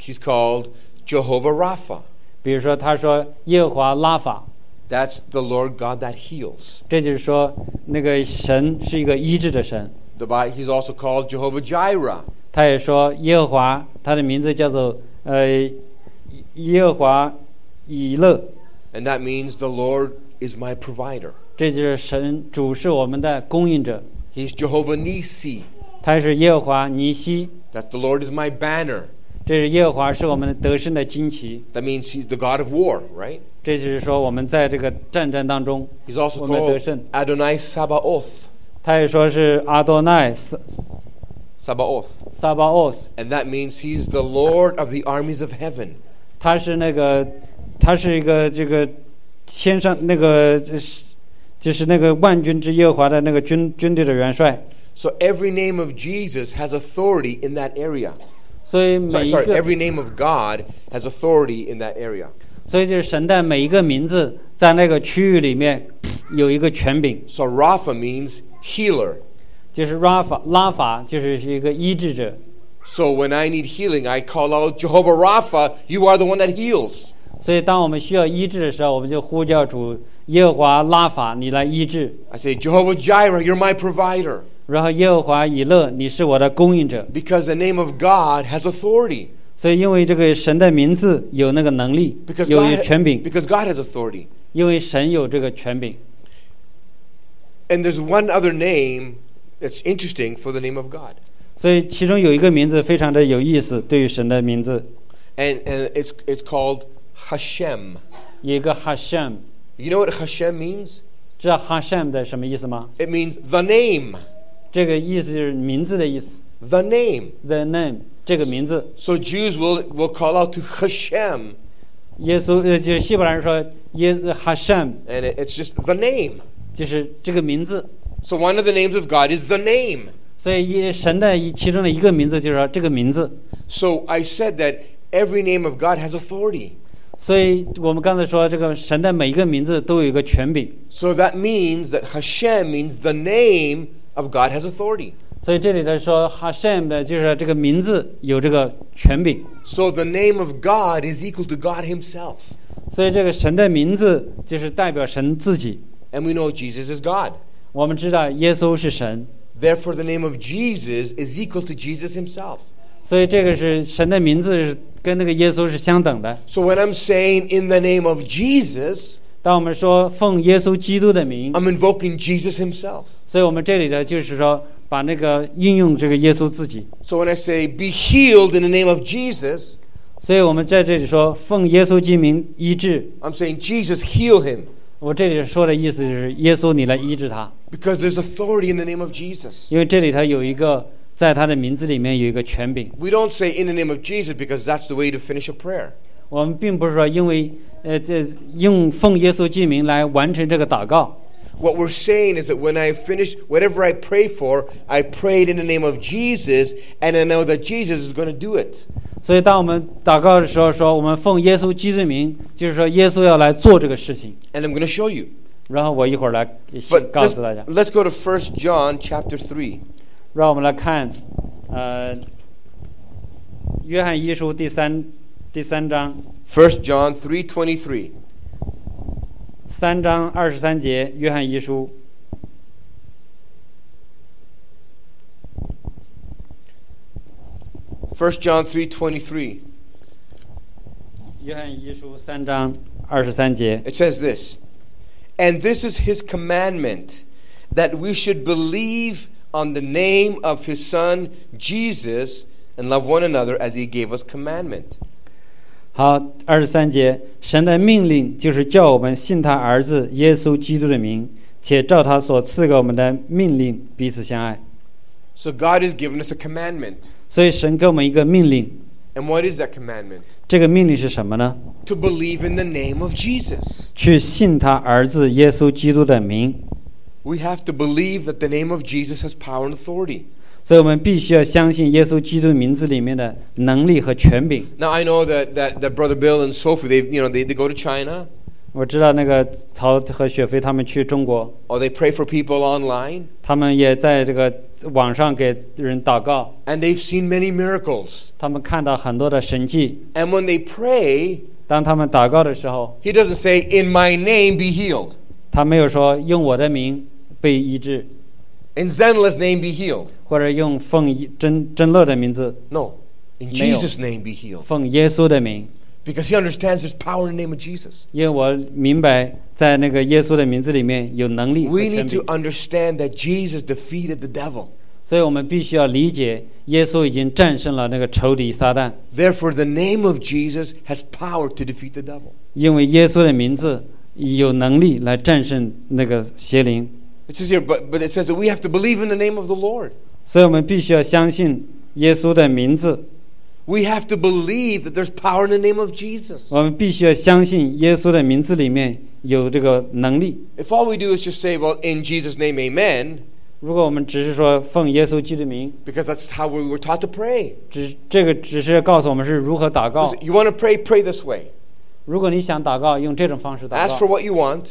Speaker 1: He's called Jehovah Rapha.
Speaker 2: 比如说，他说耶和华拉法，
Speaker 1: That's the Lord God that heals.
Speaker 2: 这就是说那个神是一个医治的神。
Speaker 1: The Bi- He's also called Jehovah Jireh.
Speaker 2: 他也说耶和华，他的名字叫做呃耶和华以勒。
Speaker 1: And that means the Lord is my provider.
Speaker 2: 这就是神主是我们的供应者，
Speaker 1: He's Jehovah Nisi.
Speaker 2: 他是耶和华尼西，
Speaker 1: That's the Lord is my banner.
Speaker 2: 这是耶和华是我们得胜的旌旗，
Speaker 1: That means He's the God of war, right?
Speaker 2: 这就是说我们在这个战争当中，
Speaker 1: He's also
Speaker 2: 我们
Speaker 1: called
Speaker 2: 得胜。
Speaker 1: Adonai Sabaoth.
Speaker 2: 他也说是阿多奈撒
Speaker 1: Sabaoth.
Speaker 2: 撒巴奥斯，
Speaker 1: And that means he's the Lord of the armies of heaven.
Speaker 2: 他是那个，他是一个这个天上那个就是就是那个万军之耶和华的那个军军队的元帅，
Speaker 1: So every name of Jesus has authority in that area.
Speaker 2: 所以每
Speaker 1: Sorry,
Speaker 2: 一
Speaker 1: sorry.
Speaker 2: 个，
Speaker 1: Every name of God has authority in that area.
Speaker 2: 所以就是神的每一个名字在那个区域里面 有一个权柄，
Speaker 1: So Rapha means healer.
Speaker 2: 就是 Rafa 拉法就是一个医治者。
Speaker 1: So when I need healing, I call out Jehovah Rapha. You are the one that heals.
Speaker 2: 所以当我们需要医治的时候，我们就呼叫主耶和华拉法，你来医治；
Speaker 1: I say, Jehovah Jireh, you're my provider.
Speaker 2: 然后耶和华以勒，你是我的供应者。
Speaker 1: Because the name of God has authority.
Speaker 2: 所以因为这个神的名字有那个能力
Speaker 1: Because，
Speaker 2: 有
Speaker 1: God,
Speaker 2: 权柄，
Speaker 1: because God has authority.
Speaker 2: 因为神有这个权柄。
Speaker 1: And there's one other name that's interesting for the name of God.
Speaker 2: 所以其中有一个名字非常的有意思，对于神的名字，
Speaker 1: And, and it's, it's called Hashem.
Speaker 2: 有一个 Hashem，
Speaker 1: You know what Hashem means?
Speaker 2: 知道 Hashem 的什么意思吗？
Speaker 1: It means the name.
Speaker 2: 这个意思就是名字的意思
Speaker 1: The name.
Speaker 2: ，the name 这个名字。
Speaker 1: So Jews will, will call out to Hashem.
Speaker 2: 耶稣呃，就是希伯来人说耶 Hashem，
Speaker 1: And it, it's just the name.
Speaker 2: 就是这个名字。
Speaker 1: So one of the names of God is the name.
Speaker 2: 所以耶神的一其中的一个名字就是说这个名字。
Speaker 1: So I said that every name of God has authority.
Speaker 2: 所以我们刚才说这个神的每一个名字都有一个权柄，
Speaker 1: So that means that Hashem means the name of God has authority.
Speaker 2: 所以这里头说 Hashem 的就是这个名字有这个权柄。
Speaker 1: So the name of God is equal to God Himself.
Speaker 2: 所以这个神的名字就是代表神自己。
Speaker 1: And we know Jesus is God.
Speaker 2: 我们知道耶稣是神，
Speaker 1: Therefore, the name of Jesus is equal to Jesus Himself.
Speaker 2: 所以这个是神的名字是跟那个耶稣是相等的。
Speaker 1: So when I'm saying in the name of Jesus,
Speaker 2: 当我们说奉耶稣基督的名，
Speaker 1: I'm invoking Jesus Himself.
Speaker 2: 所以我们这里头就是说把那个应用这个耶稣自己。
Speaker 1: So when I say be healed in the name of Jesus,
Speaker 2: 所以我们在这里说奉耶稣之名医治，
Speaker 1: I'm saying Jesus heal him
Speaker 2: 我这里说的意思就是耶稣你来医治他，
Speaker 1: because there's authority in the name of Jesus.
Speaker 2: 因为这里头有一个在他的名字里面有一个权柄。
Speaker 1: We don't say in the name of Jesus because that's the way to finish a prayer.
Speaker 2: 我们并不是说因为呃这用奉耶稣之名来完成这个祷告，
Speaker 1: What we're saying is that when I finish whatever I pray for, I prayed in the name of Jesus, and I know that Jesus is going to do it.
Speaker 2: 所以当我们祷告的时候说我们奉耶稣基督名，就是说耶稣要来做这个事情。
Speaker 1: And I'm going to show you.
Speaker 2: 然后我一会儿来给告
Speaker 1: let's,
Speaker 2: 诉大家，
Speaker 1: let's go to 1 John chapter 3.
Speaker 2: 让我们来看呃约翰一书第三第三章。
Speaker 1: 1 John 3:23.
Speaker 2: 三章二十三节，约翰一书。
Speaker 1: 1 John 3:23.
Speaker 2: 约翰一书三章二十三节，
Speaker 1: It says this. And this is his commandment that we should believe on the name of his son Jesus and love one another as he gave us commandment.
Speaker 2: 好，二十三节，神的命令就是叫我们信他儿子耶稣基督的名，且照他所赐给我们的命令彼此相爱。
Speaker 1: So God has given us a commandment.
Speaker 2: 所以神给我们一个命令，
Speaker 1: And what is that commandment?
Speaker 2: 这个命令是什么呢？
Speaker 1: To believe in the name of Jesus.
Speaker 2: 去信他儿子耶稣基督的名。
Speaker 1: We have to believe that the name of Jesus has power and authority.
Speaker 2: 所以我们必须要相信耶稣基督名字里面的能力和权柄。
Speaker 1: Now I know that, that, that brother Bill and Sophie they you know they, they go to China
Speaker 2: 我知道那个曹和雪飞他们去中国，
Speaker 1: or they pray for people online
Speaker 2: 他们也在这个网上给人祷告，
Speaker 1: and they've seen many miracles.
Speaker 2: 他们看到很多的神迹。
Speaker 1: And when they pray,
Speaker 2: 当他们祷告的时候，
Speaker 1: he doesn't say, In my name be healed.
Speaker 2: 他没有说用我的名被医治，
Speaker 1: In Zenla's name be healed.
Speaker 2: 或者用奉一真真乐的名字，
Speaker 1: No. In
Speaker 2: No.
Speaker 1: Jesus' name be healed.
Speaker 2: 奉耶稣的名，
Speaker 1: Because he understands there's power in the name of Jesus.
Speaker 2: 因为我明白在那个耶稣的名字里面有能力和
Speaker 1: We
Speaker 2: 权
Speaker 1: need to
Speaker 2: 柄，
Speaker 1: understand that Jesus defeated the devil.
Speaker 2: 所以我们必须要理解耶稣已经战胜了那个仇敌撒旦，
Speaker 1: Therefore, the name of Jesus has power to defeat the devil.
Speaker 2: 因为耶稣的名字有能力来战胜那个邪灵，
Speaker 1: It says here, but, but it says that we have to believe in the name of the Lord.
Speaker 2: 所以我们必须要相信耶稣的名字。
Speaker 1: We have to believe that there's power in the name of Jesus.
Speaker 2: 我们必须要相信耶稣的名字里面有这个能力。
Speaker 1: If all we do is just say, well, in Jesus' name, amen,
Speaker 2: 如果我们只是说奉耶稣基督的名，
Speaker 1: because that's how we were taught to pray.
Speaker 2: 只这个只是告诉我们是如何祷告
Speaker 1: Listen,。you want to pray, pray this way.
Speaker 2: 如果你想祷告，用这种方式
Speaker 1: Ask
Speaker 2: 祷
Speaker 1: for
Speaker 2: 告，
Speaker 1: what you want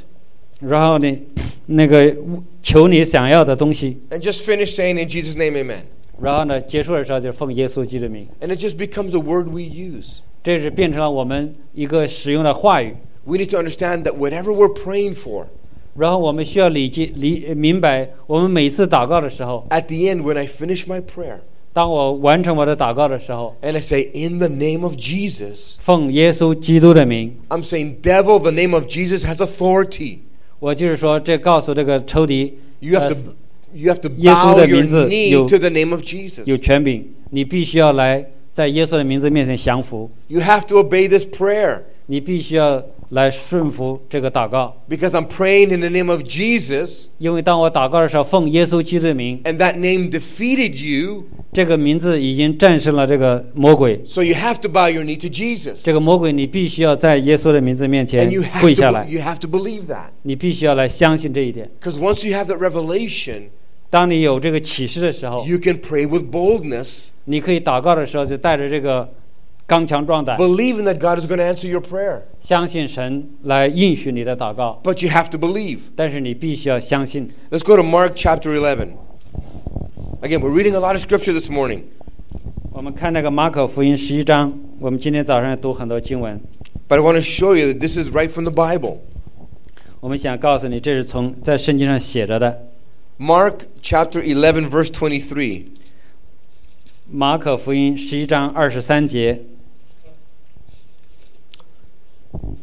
Speaker 2: 然后你那个求你想要的东西，
Speaker 1: and just finish saying in Jesus' name, amen.
Speaker 2: 然后呢，结束的时候就奉耶稣基督的名，
Speaker 1: And it just becomes a word we use.
Speaker 2: 这是变成了我们一个使用的话语。
Speaker 1: We need to understand that whatever we're praying for,
Speaker 2: 然后我们需要理解理明白，我们每次祷告的时候，
Speaker 1: at the end, when I finish my prayer
Speaker 2: 当我完成我的祷告的时候，
Speaker 1: and I say, in the name of Jesus,
Speaker 2: 奉耶稣基督的名，
Speaker 1: I'm saying, devil, the name of Jesus has authority.
Speaker 2: 我就是说，这告诉这个仇敌
Speaker 1: You have
Speaker 2: 呃
Speaker 1: to, you have to
Speaker 2: 耶稣
Speaker 1: bow
Speaker 2: 的
Speaker 1: your
Speaker 2: 名字
Speaker 1: knee
Speaker 2: 有-
Speaker 1: to the name of Jesus.
Speaker 2: 有权柄，你必须要来在耶稣的名字面前降服，
Speaker 1: You have to obey this prayer
Speaker 2: 你必须要来顺服这个祷告，
Speaker 1: because I'm praying in the name of Jesus,
Speaker 2: 因为当我祷告的时候，奉耶稣基督的名，
Speaker 1: and that name defeated you.
Speaker 2: 这个名字已经战胜了这个魔鬼。
Speaker 1: So you have to bow your knee to Jesus,
Speaker 2: 这个魔鬼，你必须要在耶稣的名字面
Speaker 1: and
Speaker 2: 前
Speaker 1: you have
Speaker 2: 跪
Speaker 1: to
Speaker 2: 下
Speaker 1: be-
Speaker 2: 来，
Speaker 1: you have to believe that
Speaker 2: 你必须要来相信这一点。
Speaker 1: because once you have that revelation,
Speaker 2: 当你有这个启示的时候，
Speaker 1: you can pray with boldness,
Speaker 2: 你可以祷告的时候就带着这个刚强壮胆，
Speaker 1: believing that God is going to answer your prayer.
Speaker 2: 相信神来应许你的祷告，
Speaker 1: But you have to believe.
Speaker 2: 但是你必须要相信。
Speaker 1: Let's go to Mark chapter 11. Again, we're reading a lot of scripture this morning,
Speaker 2: 我们看那个马可福音十一章，我们今天早上读很多经文，
Speaker 1: but I want to show you that this is right from the Bible.
Speaker 2: 我们想告诉你，这是从在圣经上写着的。
Speaker 1: Mark chapter 11, verse 23.
Speaker 2: 马可福音十一章二十三节，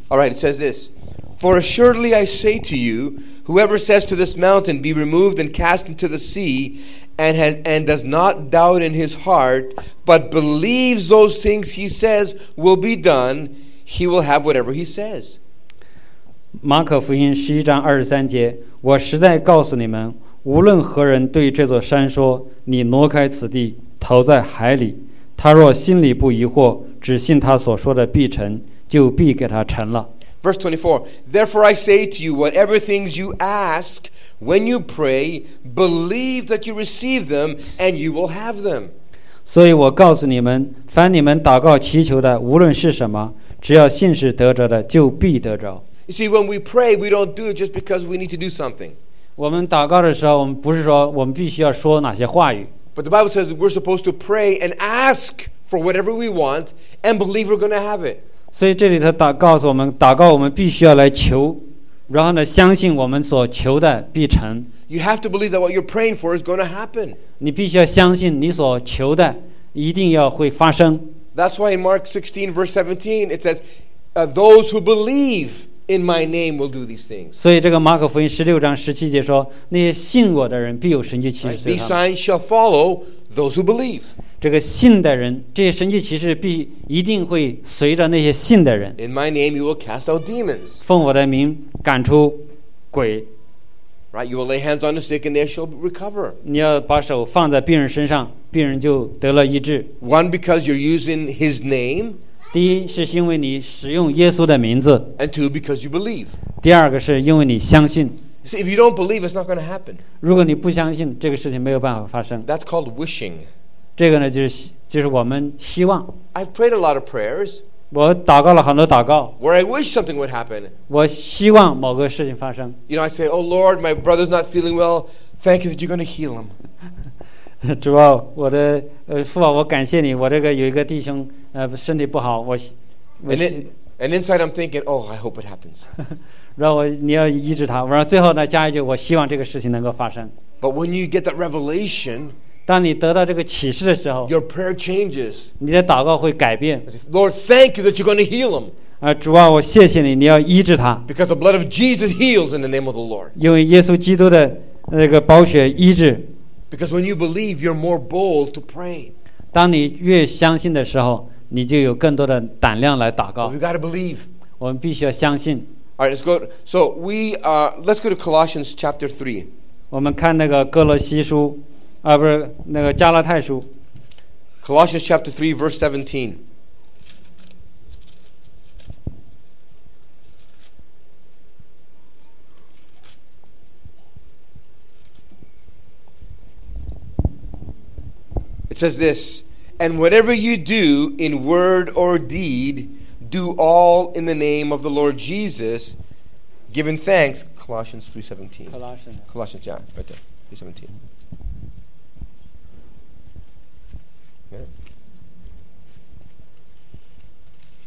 Speaker 1: All right, it says this For assuredly I say to you, whoever says to this mountain, Be removed and cast into the sea, and, has, and does not doubt in his heart, but believes those things he says will be done, he will have whatever he says.
Speaker 2: 马可福音十一章二十三节，我实在告诉你们，无论何人对这座山说：“你挪开此地，投在海里。”他若心里不疑惑，只信他所说的必成，就必给他成了。
Speaker 1: Verse 24 Therefore I say to you, whatever things you ask when you pray, believe that you receive them, and you will have them.
Speaker 2: 所以我告诉你们，凡你们祷告祈求的，无论是什么，只要信是得着的，就必得着。
Speaker 1: You see, when we pray, we don't do it just because we need to do something.
Speaker 2: 我们祷告的时候，我们不是说我们必须要说哪些话语，
Speaker 1: But the Bible says that we're supposed to pray and ask for whatever we want and believe we're going to have it.
Speaker 2: 所以这里头祷告诉我们，祷告我们必须要来求，然后呢，相信我们所求的必成。
Speaker 1: You have to believe that what you're praying for is going to happen.
Speaker 2: 你必须要相信你所求的一定要会发生。
Speaker 1: That's why in Mark 16, verse 17, it says, uh, Those who believe in my name will do these things.
Speaker 2: 所以这个马可福音十六章十七节说：“那些信我的人必有神迹奇
Speaker 1: Right?
Speaker 2: 事对
Speaker 1: These
Speaker 2: 他们。
Speaker 1: signs shall follow those who believe. ”
Speaker 2: 这个信的人，这些神迹奇事必一定会随着那些信的人，
Speaker 1: In my name you will cast out demons.
Speaker 2: 奉我的名赶出鬼。
Speaker 1: Right? You will lay hands on the sick and they shall recover.
Speaker 2: 你要把手放在病人身上，病人就得了医治。
Speaker 1: One, because you're using his name,
Speaker 2: 第一是因为你使用耶稣的名字，
Speaker 1: and two, because you believe.
Speaker 2: 第二个是因为你相信。
Speaker 1: See, if you don't believe, it's not going to happen.
Speaker 2: 如果你不相信，这个事情没有办法发生。
Speaker 1: That's called wishing.
Speaker 2: 这个呢，就是希就是我们希望。
Speaker 1: I've prayed a lot of prayers
Speaker 2: 我祷告了很多祷告，
Speaker 1: where I wish something would happen.
Speaker 2: 我希望某个事情发生。
Speaker 1: You know, I say, Oh Lord, my brother's not feeling well. Thank you that you're going to heal him.
Speaker 2: 主啊，我的呃父啊，我感谢你，我这个有一个弟兄呃身体不好，我希我
Speaker 1: And,
Speaker 2: 希
Speaker 1: it, and inside, I'm thinking, Oh, I hope it happens.
Speaker 2: 然后我你要医治他，然后最后呢加一句，我希望这个事情能够发生。
Speaker 1: But when you get that revelation,
Speaker 2: 当你得到这个启示的时候，
Speaker 1: your prayer changes.
Speaker 2: 你的祷告会改变
Speaker 1: I。say, Lord, thank you that you're going to heal him
Speaker 2: 啊，主啊，我谢谢你，你要医治他，
Speaker 1: because the blood of Jesus heals in the name of the Lord.
Speaker 2: 因为耶稣基督的那个宝血医治。
Speaker 1: Because when you believe, you're more bold to pray.
Speaker 2: 当你越相信的时候，你就有更多的胆量来祷
Speaker 1: But
Speaker 2: 告
Speaker 1: we。got to believe.
Speaker 2: 我们必须要相信。
Speaker 1: All right, let's go. So we uh, let's go to Colossians chapter three.
Speaker 2: 我们看那个哥罗西书，啊，不是那个加拉太书，
Speaker 1: Colossians chapter three, verse seventeen.
Speaker 2: 《
Speaker 1: It says this And whatever you do in word or deed, do all in the name of the Lord Jesus, giving thanks. Colossians 3.17. Colossians, yeah, right there. 3.17. Yeah.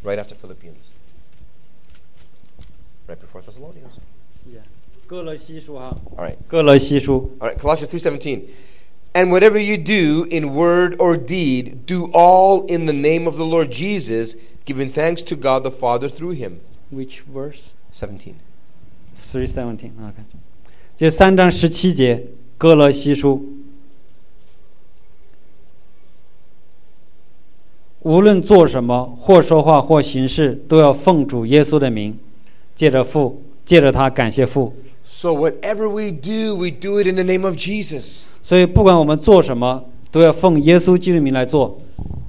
Speaker 1: Right after Philippians. Right before Thessalonians.
Speaker 2: 哥罗西书哈，
Speaker 1: All right.
Speaker 2: 哥罗西书，
Speaker 1: All right, Colossians 3:17. And whatever you do in word or deed, do all in the name of the Lord Jesus, giving thanks to God the Father through him.
Speaker 2: which verse？
Speaker 1: 17.
Speaker 2: three seventeen。OK，这三章十七节，哥罗西书。无论做什么，或说话或行事，都要奉主耶稣的名，借着父，借着他感谢父。
Speaker 1: So whatever we do, we do it in the name of Jesus.
Speaker 2: 所以，不管我们做什么，都要奉耶稣基督的名来做。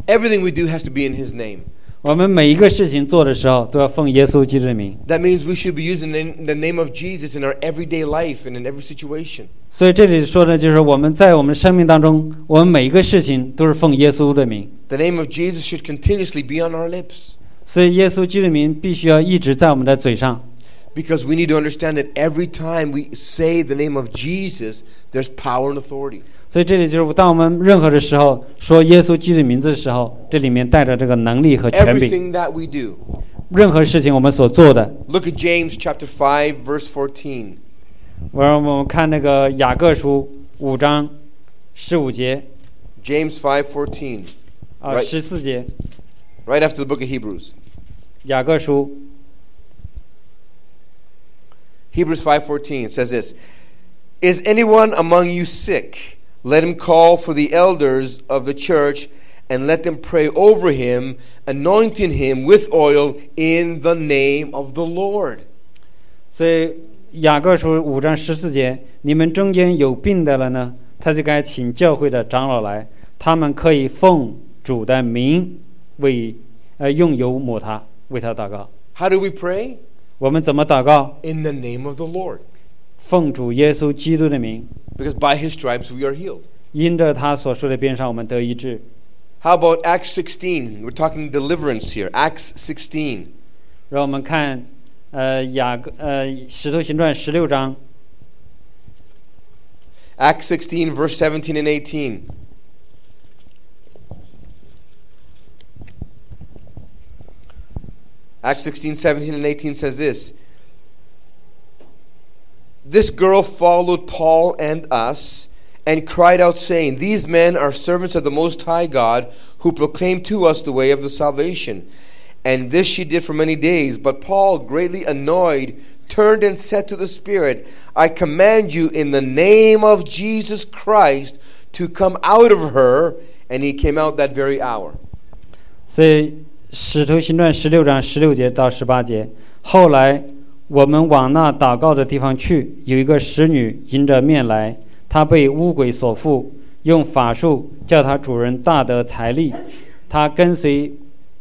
Speaker 1: Everything we do has to be in his name.
Speaker 2: 我们每一个事情做的时候，都要奉耶稣基督的名。
Speaker 1: That means we should be using the the name of Jesus in our everyday life and in every situation.
Speaker 2: 所以这里说的就是我们在我们生命当中，我们每一个事情都是奉耶稣的名。
Speaker 1: The name of Jesus should continuously be on our lips
Speaker 2: 所以耶稣基督的名必须要一直在我们的嘴上，
Speaker 1: because we need to understand that every time we say the name of Jesus, there's power and authority.
Speaker 2: 所以这里就是当我们任何的时候说耶稣基督的名字的时候，这里面带着这个能力和权柄。
Speaker 1: Everything that we do.
Speaker 2: 任何事情我们所做的，
Speaker 1: Look at James chapter 5 verse 14.
Speaker 2: 我让我们看那个雅各书五章十五节
Speaker 1: James 5:14,
Speaker 2: 啊
Speaker 1: Right.
Speaker 2: 十四节，
Speaker 1: right after the book of Hebrews.
Speaker 2: 雅各书
Speaker 1: Hebrews 5:14 it says this: Is anyone among you sick? Let him call for the elders of the church and let them pray over him, anointing him with oil in the name of the Lord.
Speaker 2: 所以雅各书五章十四节，你们中间有病的了呢，他就该请教会的长老来，他们可以奉主的名为呃用油抹他，为他祷告。
Speaker 1: How do we pray?
Speaker 2: 我们怎么祷告？
Speaker 1: In the name of the Lord.
Speaker 2: 奉主耶稣基督的名，
Speaker 1: Because by his stripes we are healed.
Speaker 2: 因着他所说的边上，我们得医治。
Speaker 1: How about Acts 16? We're talking deliverance here. Acts 16.
Speaker 2: 让我们看，呃，雅各，呃，《使徒行传》十六章，
Speaker 1: Acts 16, verse 17 and 18. Acts 16, 17 and 18 says this This girl followed Paul and us and cried out, saying, These men are servants of the Most High God who proclaim to us the way of the salvation. And this she did for many days. But Paul, greatly annoyed, turned and said to the Spirit, I command you in the name of Jesus Christ to come out of her. And he came out that very hour.
Speaker 2: 所以《使徒行传》十六章十六节到十八节。后来我们往那祷告的地方去，有一个使女迎着面来，她被巫鬼所缚，用法术叫她主人大得财力。她跟随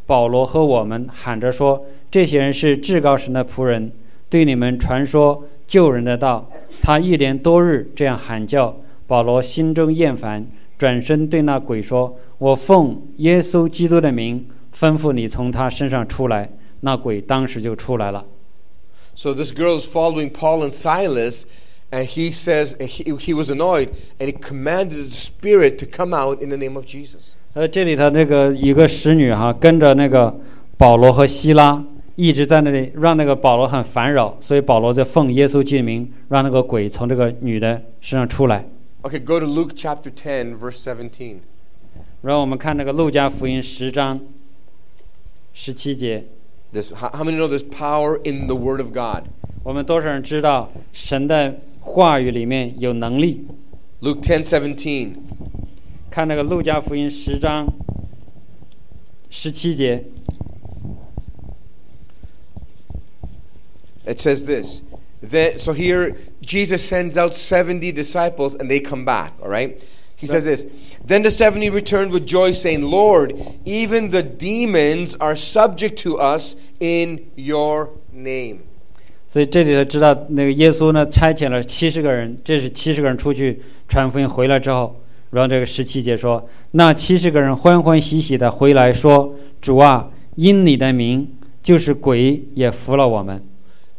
Speaker 2: 保罗和我们喊着说：“这些人是至高神的仆人，对你们传说救人的道。”他一连多日这样喊叫，保罗心中厌烦，转身对那鬼说：“我奉耶稣基督的名吩咐你从他身上出来。”那鬼当时就出来了。
Speaker 1: So this girl is following Paul and Silas. And he says he, he was annoyed and he commanded the Spirit to come out in the name of Jesus.
Speaker 2: 呃，这里头那个一个使女哈、跟着那个保罗和希拉一直在那里，让那个保罗很烦扰，所以保罗就奉耶稣基督的名，让那个鬼从这个女的身上出来。
Speaker 1: Okay, go to Luke chapter 10, verse 17.
Speaker 2: 让我们看那个路加福音十章十七节，
Speaker 1: This, how, how many know there's power in the Word of God?
Speaker 2: 我们多少人知道神的话语里面有能力？
Speaker 1: Luke 10, 17.
Speaker 2: 看那个路加福音十章十七节，
Speaker 1: It says this. Then, so here, Jesus sends out 70 disciples and they come back, all right? He says this Then the 70 returned with joy, saying, Lord, even the demons are subject to us in your name.
Speaker 2: 所以这里头知道那个耶稣呢差遣了七十个人，这是七十个人出去传福音，回来之后，然后这个十七节说，那七十个人欢欢喜喜的回来说，主啊，因你的名，就是鬼也服了我们。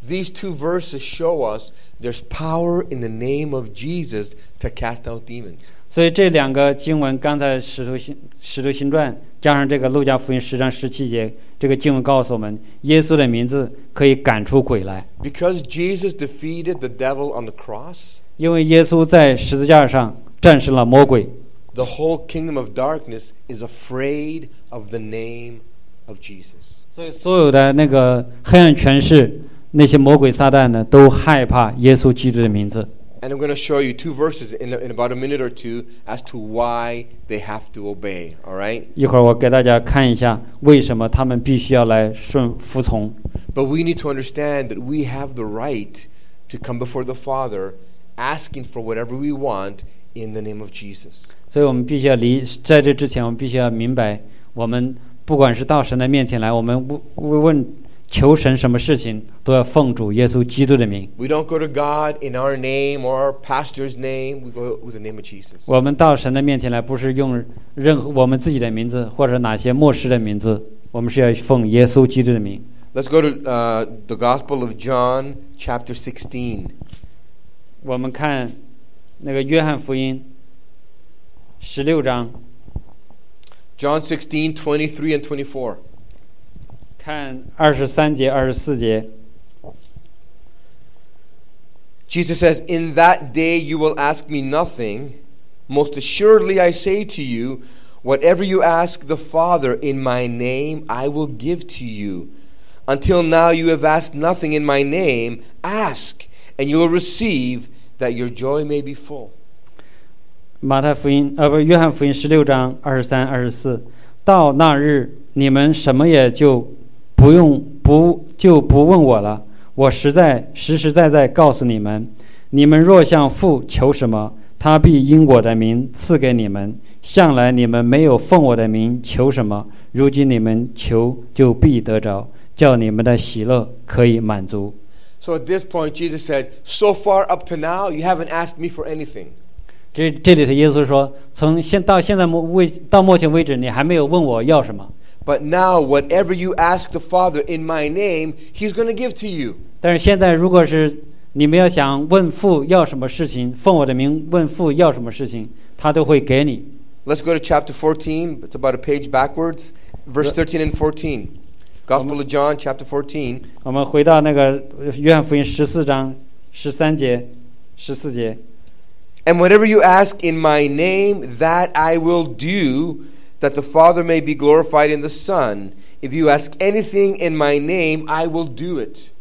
Speaker 1: These two verses show us there's power in the name of Jesus to cast out demons.
Speaker 2: 所以这两个经文，刚才使徒行使徒行传加上这个路加福音十章十七节，这个经文告诉我们，耶稣的名字可以赶出鬼来，
Speaker 1: Because Jesus defeated the devil on the cross,
Speaker 2: 因为耶稣在十字架上战胜了魔鬼，
Speaker 1: the whole kingdom of darkness is afraid of the name of Jesus.
Speaker 2: 所以所有的那个黑暗权势，那些魔鬼撒旦呢，都害怕耶稣基督的名字。
Speaker 1: And I'm going to show you two verses in, in about a minute or two as to why they have to obey. All right?
Speaker 2: 一会儿我给大家看一下为什么他们必须要来顺服从。
Speaker 1: But we need to understand that we have the right to come before the Father asking for whatever we want in the name of Jesus.
Speaker 2: 所以我们必须要离，在这之前，我们必须要明白，我们不管是到神的面前来，我们问问求神什么事情，都要奉主耶稣基督的名。
Speaker 1: We don't go to God in our name or our pastor's name. We go with the name of Jesus.
Speaker 2: 我们到神的面前来，不是用任何我们自己的名字或者哪些末世的名字，我们是要奉耶稣基督的名。
Speaker 1: Let's go to uh, the Gospel of John, chapter 16.
Speaker 2: 我们看那个约翰福音十六章，
Speaker 1: John 16, 23 and 24.
Speaker 2: 看二十三节、二十四节。
Speaker 1: Jesus says, In that day you will ask me nothing. Most assuredly I say to you, whatever you ask the Father in my name, I will give to you. Until now you have asked nothing in my name. Ask, and you will receive, that your joy may be full.
Speaker 2: 马太福音呃不，约翰福音十六章二十三、二十四。到那日，你们什么也就不用不就不问我了。我实在实实在在告诉你们，你们若向父求什么，他必因我的名赐给你们。向来你们没有奉我的名求什么，如今你们求就必得着，叫你们的喜乐可以满足。
Speaker 1: So at this point, Jesus said, So far up to now, you haven't asked me for anything.
Speaker 2: 这这里是耶稣说，从现到现在目为到目前为止，你还没有问我要什么。
Speaker 1: But now, whatever you ask the Father in my name, He's going to give to you.
Speaker 2: 但是现在，如果是你们要想问父要什么事情，奉我的名问父要什么事情，他都会给你。
Speaker 1: Let's go to chapter 14. It's about a page backwards, verse 13 and 14. Gospel of John, chapter 14.
Speaker 2: 我们回到那个呃约翰福音十四章十三节、十四节，
Speaker 1: And whatever you ask in my name, that I will do, that the Father may be glorified in the Son. If you ask anything in my name, I will do it.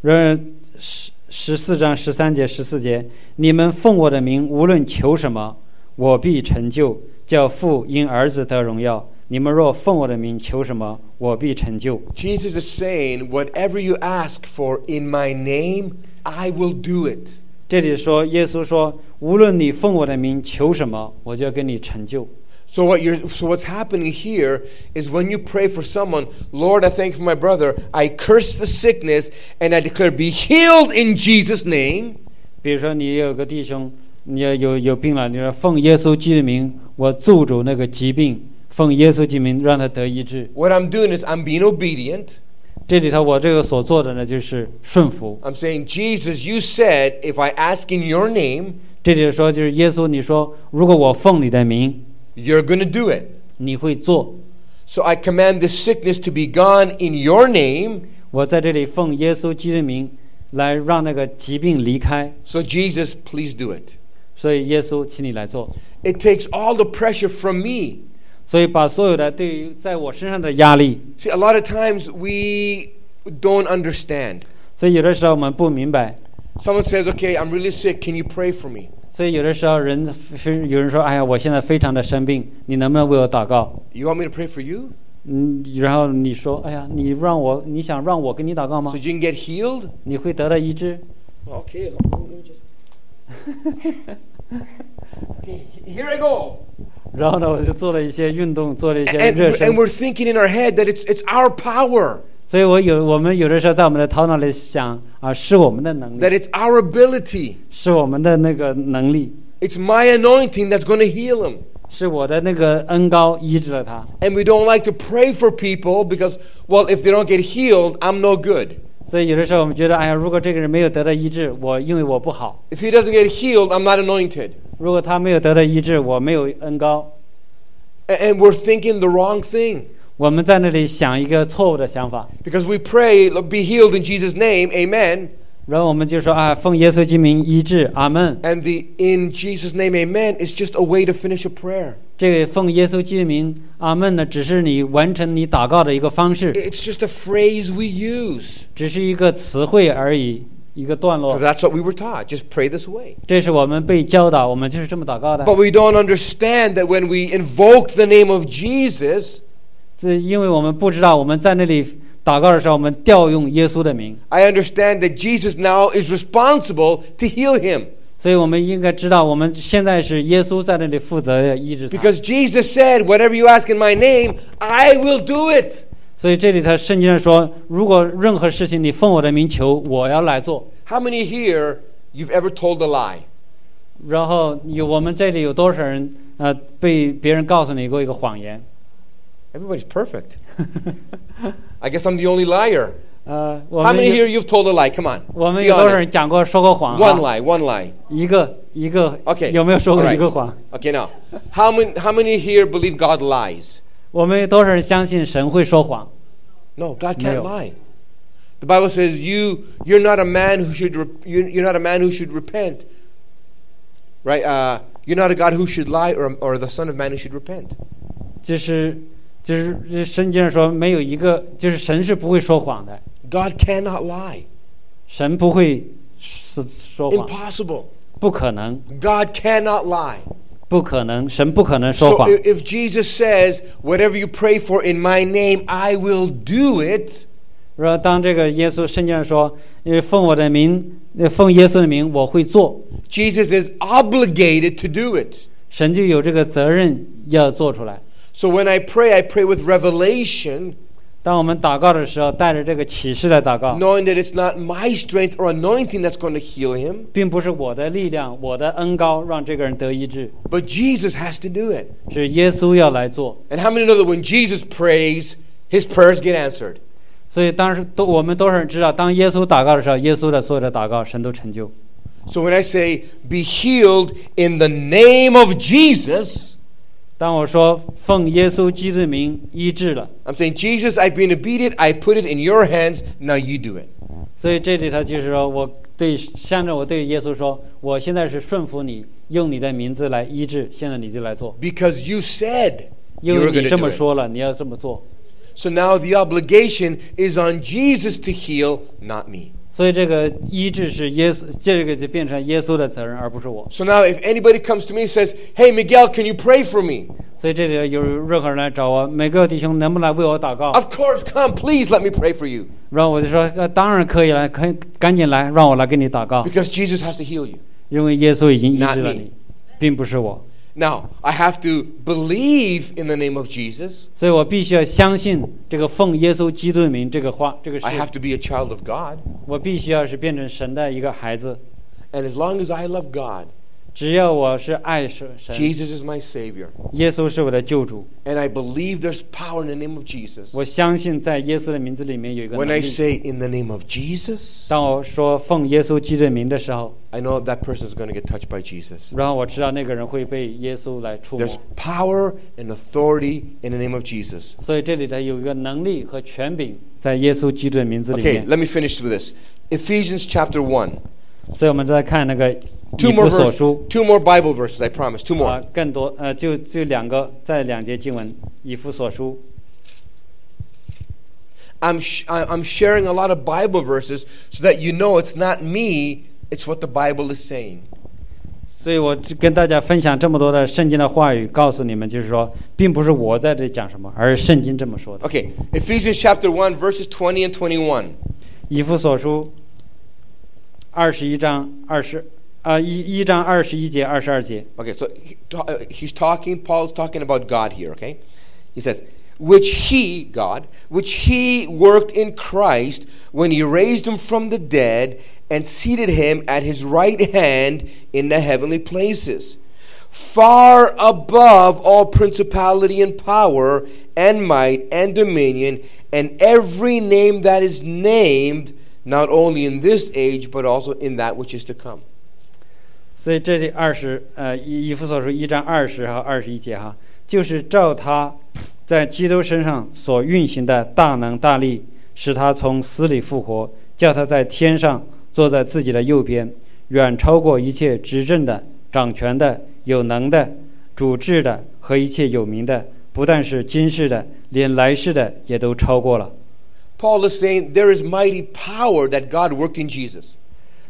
Speaker 2: 然而十十四章十三节、十四节，你们奉我的名无论求什么，我必成就，叫父因儿子得荣耀。你们若奉我的名求什么，我必成就。
Speaker 1: Jesus is saying, whatever you ask for in my name, I will do it.
Speaker 2: 这里说，耶稣说，无论你奉我的名求什么，我就要给你成就。
Speaker 1: So what you're so what's happening here is when you pray for someone, Lord, I thank you for my brother. I curse the sickness and I declare be healed in Jesus name.
Speaker 2: 比如说你有个弟兄，你要有有病了，你说奉耶稣基督的名，我咒诅那个疾病，奉耶稣基督名让他得医治。
Speaker 1: What I'm doing is I'm being obedient.
Speaker 2: 这里头我这个所做的呢，就是顺服。
Speaker 1: I'm saying, Jesus, you said if I ask in your name,
Speaker 2: 这里说就是耶稣，你说如果我奉你的名，
Speaker 1: you're going to do it.
Speaker 2: 你会做。
Speaker 1: So I command this sickness to be gone in your name.
Speaker 2: 我在这里奉耶稣基督的名来让那个疾病离开。
Speaker 1: So Jesus, please do it.
Speaker 2: 所以耶稣，请你来做。
Speaker 1: It takes all the pressure from me.
Speaker 2: 所以把所有的对于在我身上的压力，
Speaker 1: See, a lot of times we don't understand.
Speaker 2: 所以有的时候我们不明白，
Speaker 1: Someone says, "Okay, I'm really sick. Can you pray for me?"
Speaker 2: 所以有的时候人非有人说：“哎呀，我现在非常的生病，你能不能为我祷告
Speaker 1: You want me to pray for you？”
Speaker 2: 嗯，然后你说：“哎呀，你让我，你想让我给你祷告吗
Speaker 1: so？you can get healed?
Speaker 2: 你会得到医治。
Speaker 1: Okay. let me just- okay, here I go. ”
Speaker 2: 然后呢，我就做了一些运动，做了一
Speaker 1: And,
Speaker 2: 些
Speaker 1: and
Speaker 2: 热
Speaker 1: we're-
Speaker 2: 身
Speaker 1: and。we're thinking in our head that it's it's our power,
Speaker 2: 所以我有我们有的时候在我们的头脑里想啊，是我们的能
Speaker 1: that
Speaker 2: 力，
Speaker 1: it's our ability.
Speaker 2: 是我们的那个能力。
Speaker 1: It's my anointing that's going to heal him.
Speaker 2: 是我的那个恩高医治了他。
Speaker 1: And we don't like to pray for people because, well, if they don't get healed, I'm no good.
Speaker 2: 所以有的时候我们觉得，哎呀，如果这个人没有得到医治，我因为我不好；
Speaker 1: If he doesn't get healed, I'm not anointed.
Speaker 2: 如果他没有得到医治，我没有恩高。
Speaker 1: A- And we're thinking the wrong thing
Speaker 2: 我们在那里想一个错误的想法，
Speaker 1: because we pray, "Look, be healed in Jesus' name, amen.
Speaker 2: 然后我们就说啊，奉耶稣之名医治，阿门。
Speaker 1: And the in Jesus' name, amen is just a way to finish a prayer.
Speaker 2: 这个奉耶稣之名，阿门呢，只是你完成你祷告的一个方式，
Speaker 1: It's just a phrase we use
Speaker 2: 只是一个词汇而已，一个段
Speaker 1: because
Speaker 2: 落。
Speaker 1: that's what we were taught. Just pray this way.
Speaker 2: 这是我们被教导，我们就是这么祷告的
Speaker 1: But。we don't understand that when we invoke the name of Jesus,
Speaker 2: 这因为我们不知道，我们在那里祷告的时候，我们调用耶稣的名，
Speaker 1: I understand that Jesus now is responsible to heal him
Speaker 2: 所以我们应该知道，我们现在是耶稣在那里负责医治他。
Speaker 1: because Jesus said, Whatever you ask in my name, I will do it.
Speaker 2: 所以这里他圣经上说，如果任何事情你奉我的名求，我要来做。
Speaker 1: How many here you've ever told a lie?
Speaker 2: 然后有我们这里有多少人呃被别人告诉你过一个谎言？
Speaker 1: Everybody's perfect. I guess I'm the only liar.
Speaker 2: 呃，我
Speaker 1: How
Speaker 2: 们
Speaker 1: many
Speaker 2: 有
Speaker 1: here you've told a lie? Come on.
Speaker 2: 我们
Speaker 1: Be
Speaker 2: 有多少人
Speaker 1: honest.
Speaker 2: 讲过说过谎
Speaker 1: One
Speaker 2: 啊？
Speaker 1: lie, one lie.
Speaker 2: 一个一个
Speaker 1: OK，
Speaker 2: 有没有说过
Speaker 1: alright
Speaker 2: 一个谎？
Speaker 1: Okay, now, how many, how many here believe God lies?
Speaker 2: 我们有多少人相信神会说谎？
Speaker 1: No, God can't
Speaker 2: No.
Speaker 1: lie. The Bible says you you're not a man who should rep- you- you're not a man who should repent. Right? Uh, you're not a God who should lie, or or the Son of Man who should repent.
Speaker 2: 就是就是就是圣经上说没有一个就是神是不会说谎的，
Speaker 1: God cannot lie.
Speaker 2: 神不会说说谎，
Speaker 1: Impossible.
Speaker 2: 不可能，
Speaker 1: God cannot lie.
Speaker 2: 不可能，神不可能说
Speaker 1: So
Speaker 2: 谎
Speaker 1: i-。if Jesus says, "Whatever you pray for in my name, I will do it,"
Speaker 2: 然后当这个耶稣圣经上说，呃，奉我的名，呃奉耶稣的名，我会做，
Speaker 1: Jesus is obligated to do it.
Speaker 2: 神就有这个责任要做出来。
Speaker 1: So when I pray, I pray with revelation.
Speaker 2: 当我们祷告的时候，带着这个启示来祷告，
Speaker 1: knowing that it's not my strength or anointing that's going to heal him,
Speaker 2: 并不是我的力量、我的恩高让这个人得医治，
Speaker 1: but Jesus has to do it.
Speaker 2: 是耶稣要来做。
Speaker 1: And how many know that when Jesus prays, his prayers get answered?
Speaker 2: 所以当时都我们多少人知道，当耶稣祷告的时候，耶稣的所有的祷告，神都成就。
Speaker 1: So when I say, be healed in the name of Jesus,
Speaker 2: 当我说奉耶稣基督的名医治了，
Speaker 1: I'm saying, Jesus, I've been obedient. I put it in your hands. Now you do it.
Speaker 2: 所以这里头就是说我对向着我对耶稣说，我现在是顺服你，用你的名字来医治，现在你就来做，
Speaker 1: Because you said
Speaker 2: 因
Speaker 1: you
Speaker 2: 为
Speaker 1: were
Speaker 2: 你
Speaker 1: going to
Speaker 2: 这
Speaker 1: do
Speaker 2: 么
Speaker 1: it.
Speaker 2: 说了，你要这么做。
Speaker 1: So now the obligation is on Jesus to heal, not me.
Speaker 2: 所以这个医治是耶稣，这个就变成耶稣的责任，而不是我。
Speaker 1: So now if anybody comes to me and says, hey, Miguel, can you pray for me?
Speaker 2: 所以这里有任何人来找我，每个弟兄能不能来为我祷告？
Speaker 1: Of course, come, please let me pray for you.
Speaker 2: 然后我就说，呃，当然可以了，可以赶紧来，让我来给你祷告，
Speaker 1: Because Jesus has to heal you.
Speaker 2: 因为耶稣已经医
Speaker 1: Not
Speaker 2: 治了
Speaker 1: me.
Speaker 2: 你，并不是我，
Speaker 1: Now, I have to believe in the name of Jesus.
Speaker 2: 所以我必须要相信这个奉耶稣基督的名这个话，这个事
Speaker 1: I，have to be a child of God.
Speaker 2: 我必须要是变成神的一个孩子，
Speaker 1: And as long as I love God,
Speaker 2: 只要我是爱神，神
Speaker 1: Jesus is my Savior.
Speaker 2: 耶稣是我的救主，
Speaker 1: And I believe there's power in the name of Jesus.
Speaker 2: 我相信在耶稣的名字里面有一个
Speaker 1: When
Speaker 2: 能
Speaker 1: I
Speaker 2: 力。
Speaker 1: say in the name of Jesus,
Speaker 2: 当我说奉耶稣基督的名的时候，
Speaker 1: I know that person is going to get touched by Jesus.
Speaker 2: 然后我知道那个人会被耶稣来触摸。
Speaker 1: There's power and authority in the name of Jesus.
Speaker 2: 所以这里头有一个能力和权柄在耶稣基督的名字里
Speaker 1: Okay,
Speaker 2: 面。
Speaker 1: let me finish with this. Ephesians chapter 1.
Speaker 2: 所以我们再看那个以
Speaker 1: Two more,
Speaker 2: 弗所
Speaker 1: verse,
Speaker 2: 书
Speaker 1: two more Bible verses, I promise. Two
Speaker 2: 啊
Speaker 1: more.，
Speaker 2: 更多呃，就就两个，在两节经文，以弗所书。
Speaker 1: I'm, sh- I- I'm sharing a lot of Bible verses so that you know it's not me, it's what the Bible is saying.
Speaker 2: 所以我只跟大家分享这么多的圣经的话语，告诉你们，就是说，并不是我在这里讲什么，而是圣经这么说的。
Speaker 1: Okay, Ephesians chapter 1, verses 20 and 21.
Speaker 2: 以弗所书二十一章二十啊一一章二十一节二十二节，
Speaker 1: Okay, so he, ta- uh, he's talking, Paul's talking about God here, okay? He says, which he, God, which he worked in Christ when he raised him from the dead and seated him at his right hand in the heavenly places, far above all principality and power and might and dominion and every name that is named, not only in this age, but also in that which is to come.
Speaker 2: 所以这里二十呃以以弗所书一章二十和二十一节哈，就是照他在基督身上所运行的大能大力，使他从死里复活，叫他在天上坐在自己的右边，远超过一切执政的、掌权的、有能的、主治的和一切有名的，不但是今世的，连来世的也都超过了。
Speaker 1: Paul is saying there is mighty power that God worked in Jesus.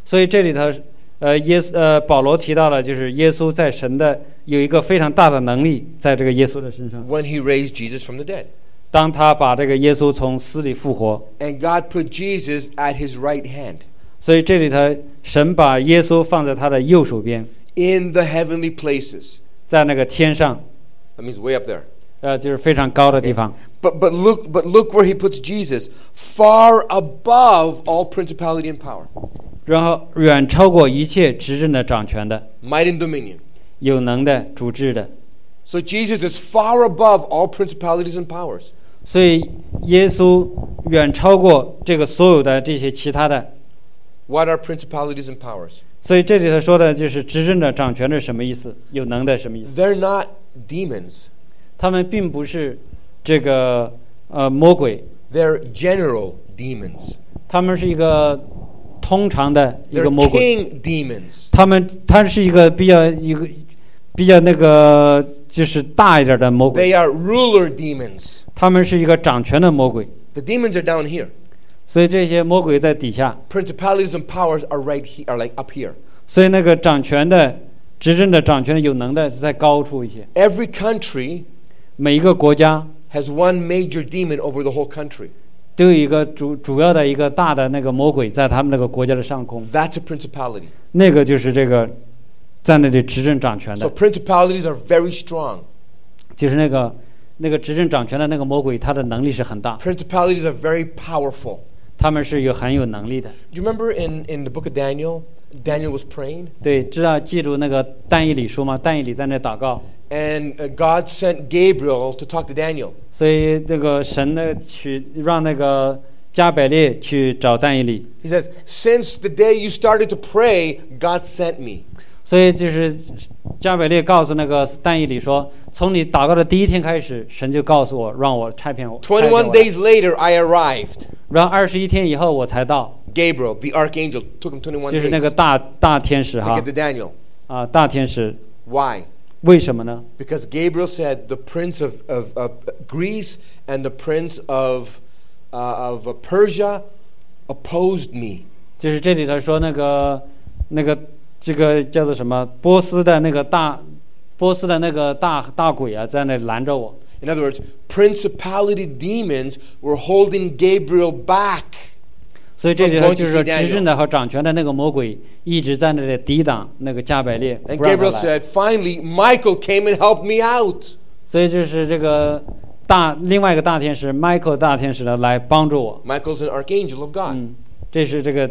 Speaker 2: 所以这里头，呃，耶稣呃保罗提到了，就是耶稣在神的有一个非常大的能力，在这个耶稣的身上。
Speaker 1: when he raised Jesus from the dead.
Speaker 2: 当他把这个耶稣从死里复活，
Speaker 1: And God put Jesus at his right hand
Speaker 2: 所以这里头神把耶稣放在他的右手边，
Speaker 1: in the heavenly places.
Speaker 2: 在那个天上，
Speaker 1: That means way up there.
Speaker 2: 呃，就是非常高的地方。
Speaker 1: But but look but look where he puts Jesus far above all principality and power,
Speaker 2: 然后远超过一切执政的、掌权的、
Speaker 1: might and dominion.
Speaker 2: 有能的、主治的。
Speaker 1: So Jesus is far above all principalities and powers.
Speaker 2: 所以耶稣远超过这个所有的这些其他的。
Speaker 1: What are principalities and powers?
Speaker 2: 所以这里头说的就是执政的、掌权的是什么意思？有能的是什么意思？
Speaker 1: They're not demons.
Speaker 2: 他们并不是这个呃魔鬼，
Speaker 1: They're general demons.
Speaker 2: 他们是一个通常的一
Speaker 1: They're
Speaker 2: 个魔鬼。
Speaker 1: king demons.
Speaker 2: 他们他是一个比较一个比较那个就是大一点的魔鬼，
Speaker 1: They are ruler demons.
Speaker 2: 他们是一个掌权的魔鬼，
Speaker 1: The demons are down here.
Speaker 2: 所以这些魔鬼在底下，
Speaker 1: principalities and powers are right here, are like up here.
Speaker 2: 所以那个掌权的执政的掌权的有能的在高处一些。
Speaker 1: Every country
Speaker 2: 每一个国家
Speaker 1: has one major demon over the whole country.
Speaker 2: 都有一个主主要的一个大的那个魔鬼在他们那个国家的上空，
Speaker 1: That's a principality.
Speaker 2: 那个就是这个在那里执政掌权
Speaker 1: So
Speaker 2: 的，
Speaker 1: principalities are very strong.
Speaker 2: 就是那个那个执政掌权的那个魔鬼，他的能力是很大，
Speaker 1: Principalities are very powerful.
Speaker 2: 他们是有很有能力的。
Speaker 1: You remember in, in the book of Daniel, Daniel was praying
Speaker 2: 对，知道记住那个但以理书吗？但以理在那祷告，
Speaker 1: and uh, God sent Gabriel to talk to Daniel.
Speaker 2: 所以这个神呢去让那个加百列去找但以理，
Speaker 1: He says, "Since the day you started to pray, God sent me."
Speaker 2: 所以就是加百列告诉那个但以理说，从你祷告的第一天开始，神就告诉我让我差遣我，差遣我
Speaker 1: 21 days later I arrived.
Speaker 2: 然后二十一天以后我才到，
Speaker 1: Gabriel, the archangel, took him 21
Speaker 2: 就
Speaker 1: days
Speaker 2: 是那个
Speaker 1: to
Speaker 2: 大大天使哈
Speaker 1: get to Daniel.
Speaker 2: 啊大天使，
Speaker 1: Why?
Speaker 2: 为什么呢？
Speaker 1: Because Gabriel said the prince of, of, of Greece and the prince of, uh, of Persia opposed me.
Speaker 2: 就是这里头说那个那个这个叫做什么波斯的那个大波斯的那个大大鬼啊，在那里拦着我。
Speaker 1: In other words, principality demons were holding Gabriel back.
Speaker 2: 所以这里头就是说，
Speaker 1: From going to see Daniel
Speaker 2: 执政的和掌权的那个魔鬼一直在那里抵挡那个加百列，
Speaker 1: And
Speaker 2: 不让他
Speaker 1: 哎 Gabriel
Speaker 2: 来。
Speaker 1: said, finally, Michael came and helped me out.
Speaker 2: 所以就是这个大另外一个大天使 Michael 大天使呢来帮助我。
Speaker 1: Michael's an archangel of God.
Speaker 2: 嗯，这是这个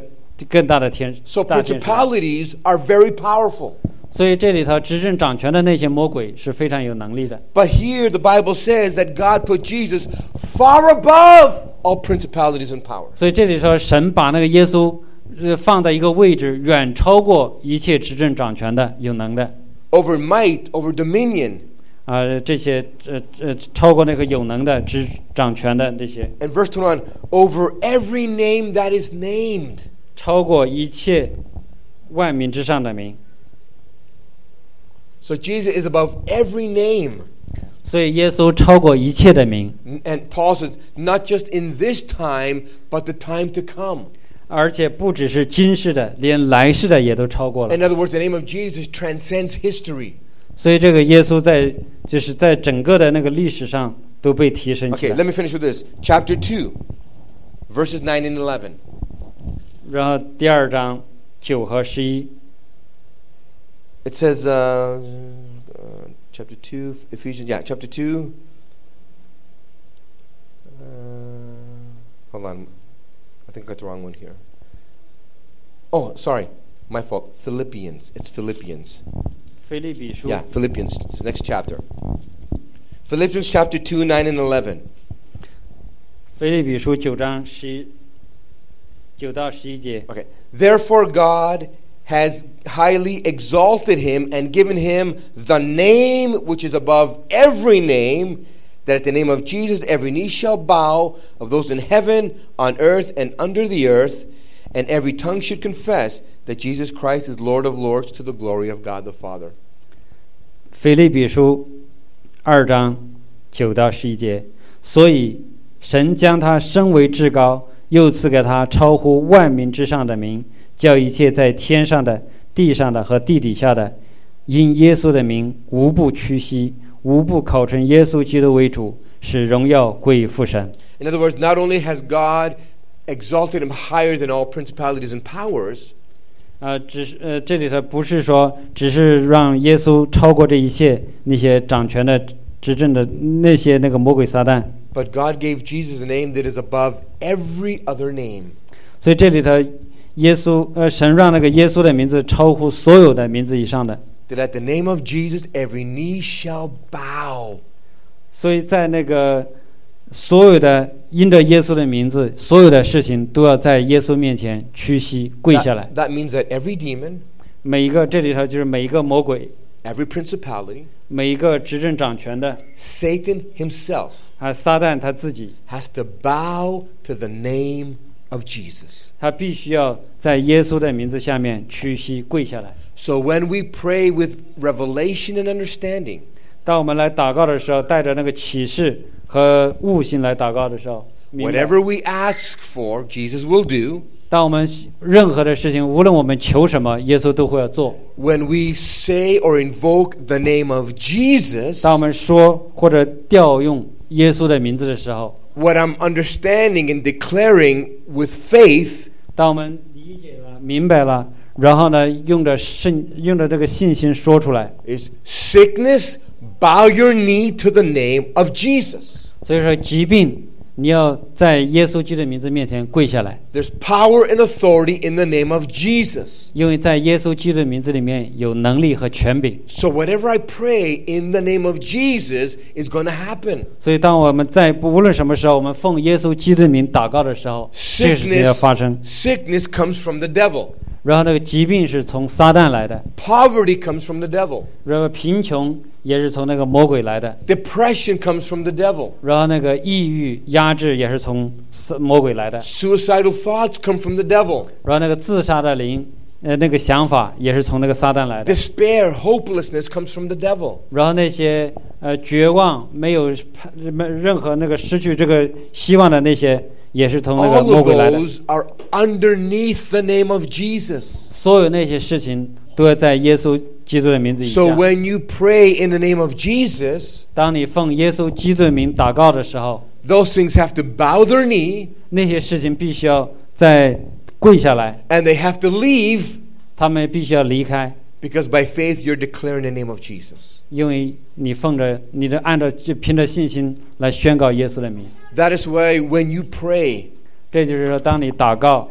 Speaker 2: 更大的天
Speaker 1: So
Speaker 2: 大天使。
Speaker 1: principalities are very powerful.
Speaker 2: 所以这里头执政掌权的那些魔鬼是非常有能力的。
Speaker 1: But here the Bible says that God put Jesus far above all principalities and powers.
Speaker 2: 所以这里说神把那个耶稣呃放在一个位置，远超过一切执政掌权的有能的
Speaker 1: over might, over dominion.
Speaker 2: 啊、这些呃呃超过那个有能的执掌权的这些。
Speaker 1: And verse 21 over every name that is named.
Speaker 2: 超过一切万民之上的名。
Speaker 1: So Jesus is above every name.
Speaker 2: 所以耶稣超过一切的名，
Speaker 1: N- And Paul says, not just in this time, but the time to come.
Speaker 2: 而且不只是今世的，连来世的也都超过了
Speaker 1: In。other words, the name of Jesus transcends history.
Speaker 2: 所以这个耶稣在就是在整个的那个历史上都被提升起
Speaker 1: Okay,
Speaker 2: 来
Speaker 1: let。me finish with this. Chapter 2, verses 9 and 11.
Speaker 2: 然后第二章九和十一，
Speaker 1: It says, uh, uh, chapter 2, Ephesians, yeah, chapter 2, Hold on. I think I got the wrong one here. Oh, sorry. My fault. Philippians. It's Philippians.
Speaker 2: 菲利比书
Speaker 1: Yeah, Philippians. It's the next chapter. Philippians chapter 2, 9 and 11.
Speaker 2: 菲利比书九章十一九到十一节。
Speaker 1: Okay. Therefore, God has highly exalted him and given him the name which is above every name, that at the name of Jesus every knee shall bow of those in heaven, on earth, and under the earth, and every tongue should confess that Jesus Christ is Lord of lords to the glory of God the Father.
Speaker 2: 腓利比书二章九到十一节，所以神将他升为至高，又赐给他超乎万民之上的名，叫一切在天上的、地上的和地底下的，因耶稣的名无不屈膝，无不口称耶稣基督为主，使荣耀归于父神。
Speaker 1: In other words, not only has God exalted him higher than all principalities and powers,
Speaker 2: 啊，只是呃，这里头不是说只是让耶稣超过这一切那些掌权的、执政的那些那个魔鬼撒旦，
Speaker 1: but God gave Jesus a name that is above every other name.
Speaker 2: 所以这里头耶稣呃，神让那个耶稣的名字超乎所有的名字以上的，
Speaker 1: that at the name of Jesus every knee shall bow.
Speaker 2: 所以在那个所有的因着耶稣的名字，所有的事情都要在耶稣面前屈膝跪下来
Speaker 1: That,。that means that every demon,
Speaker 2: 每一个这里头就是每一个魔鬼，
Speaker 1: every principality,
Speaker 2: 每一个执政掌权的
Speaker 1: Satan himself
Speaker 2: 啊，撒旦他自己，
Speaker 1: has to bow to the name of Jesus.
Speaker 2: 他必须要在耶稣的名字下面屈膝跪下来。
Speaker 1: So when we pray with revelation and understanding,
Speaker 2: 当我们来祷告的时候，带着那个启示和悟性来祷告的时候，明白
Speaker 1: whatever we ask for, Jesus will do.
Speaker 2: 当我们任何的事情，无论我们求什么，耶稣都会要做。
Speaker 1: When we say or invoke the name of Jesus,
Speaker 2: 当我们说或者调用耶稣的名字的时候，
Speaker 1: what I'm understanding and declaring with faith
Speaker 2: 当我们理解了、明白了，然后呢，用着信、用着这个信心说出来。
Speaker 1: is sickness, bow your knee to the name of Jesus.
Speaker 2: 所以说，疾病你要在耶稣基督的名字面前跪下来，
Speaker 1: There's power and authority in the name of Jesus.
Speaker 2: 因为在耶稣基督的名字里面有能力和权柄。
Speaker 1: So whatever I pray in the name of Jesus is going to happen.
Speaker 2: 所以，当我们在不无论什么时候，我们奉耶稣基督的名祷告的时候，这个事情要发生
Speaker 1: Sickness,。sickness comes from the devil.
Speaker 2: 然后，那个疾病是从撒旦来的，
Speaker 1: Poverty comes from the devil.
Speaker 2: 然后贫穷也是从那个魔鬼来的，
Speaker 1: Depression comes from the devil.
Speaker 2: 然后那个抑郁、压制也是从撒魔鬼来的，
Speaker 1: Suicidal thoughts come from the devil.
Speaker 2: 然后那个自杀的灵，呃，那个想法也是从那个撒旦来的，
Speaker 1: Despair, hopelessness comes from the devil.
Speaker 2: 然后那些呃绝望、没有盼没任何那个失去这个希望的那些，也是从那个
Speaker 1: All
Speaker 2: 魔
Speaker 1: of
Speaker 2: 鬼来的。
Speaker 1: those are underneath the name of Jesus.
Speaker 2: 所有那些事情都要在耶稣基督的名字以
Speaker 1: So
Speaker 2: 下。
Speaker 1: when you pray in the name of Jesus,
Speaker 2: 当你奉耶稣基督的名祷告的时候，
Speaker 1: those things have to bow their knee
Speaker 2: 那些事情必须要在跪下来，
Speaker 1: and they have to leave
Speaker 2: 他们必须要离开。
Speaker 1: because by faith you're declaring the name of Jesus.
Speaker 2: 因为你奉着你的按照就凭着信心来宣告耶稣的名，
Speaker 1: That is why when you pray,
Speaker 2: 这就是说，当你祷告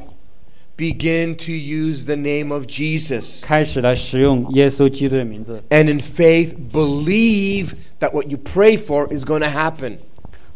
Speaker 1: begin to use the name of Jesus
Speaker 2: 开始来使用耶稣基督的名字，
Speaker 1: and in faith believe that what you pray for is going to happen.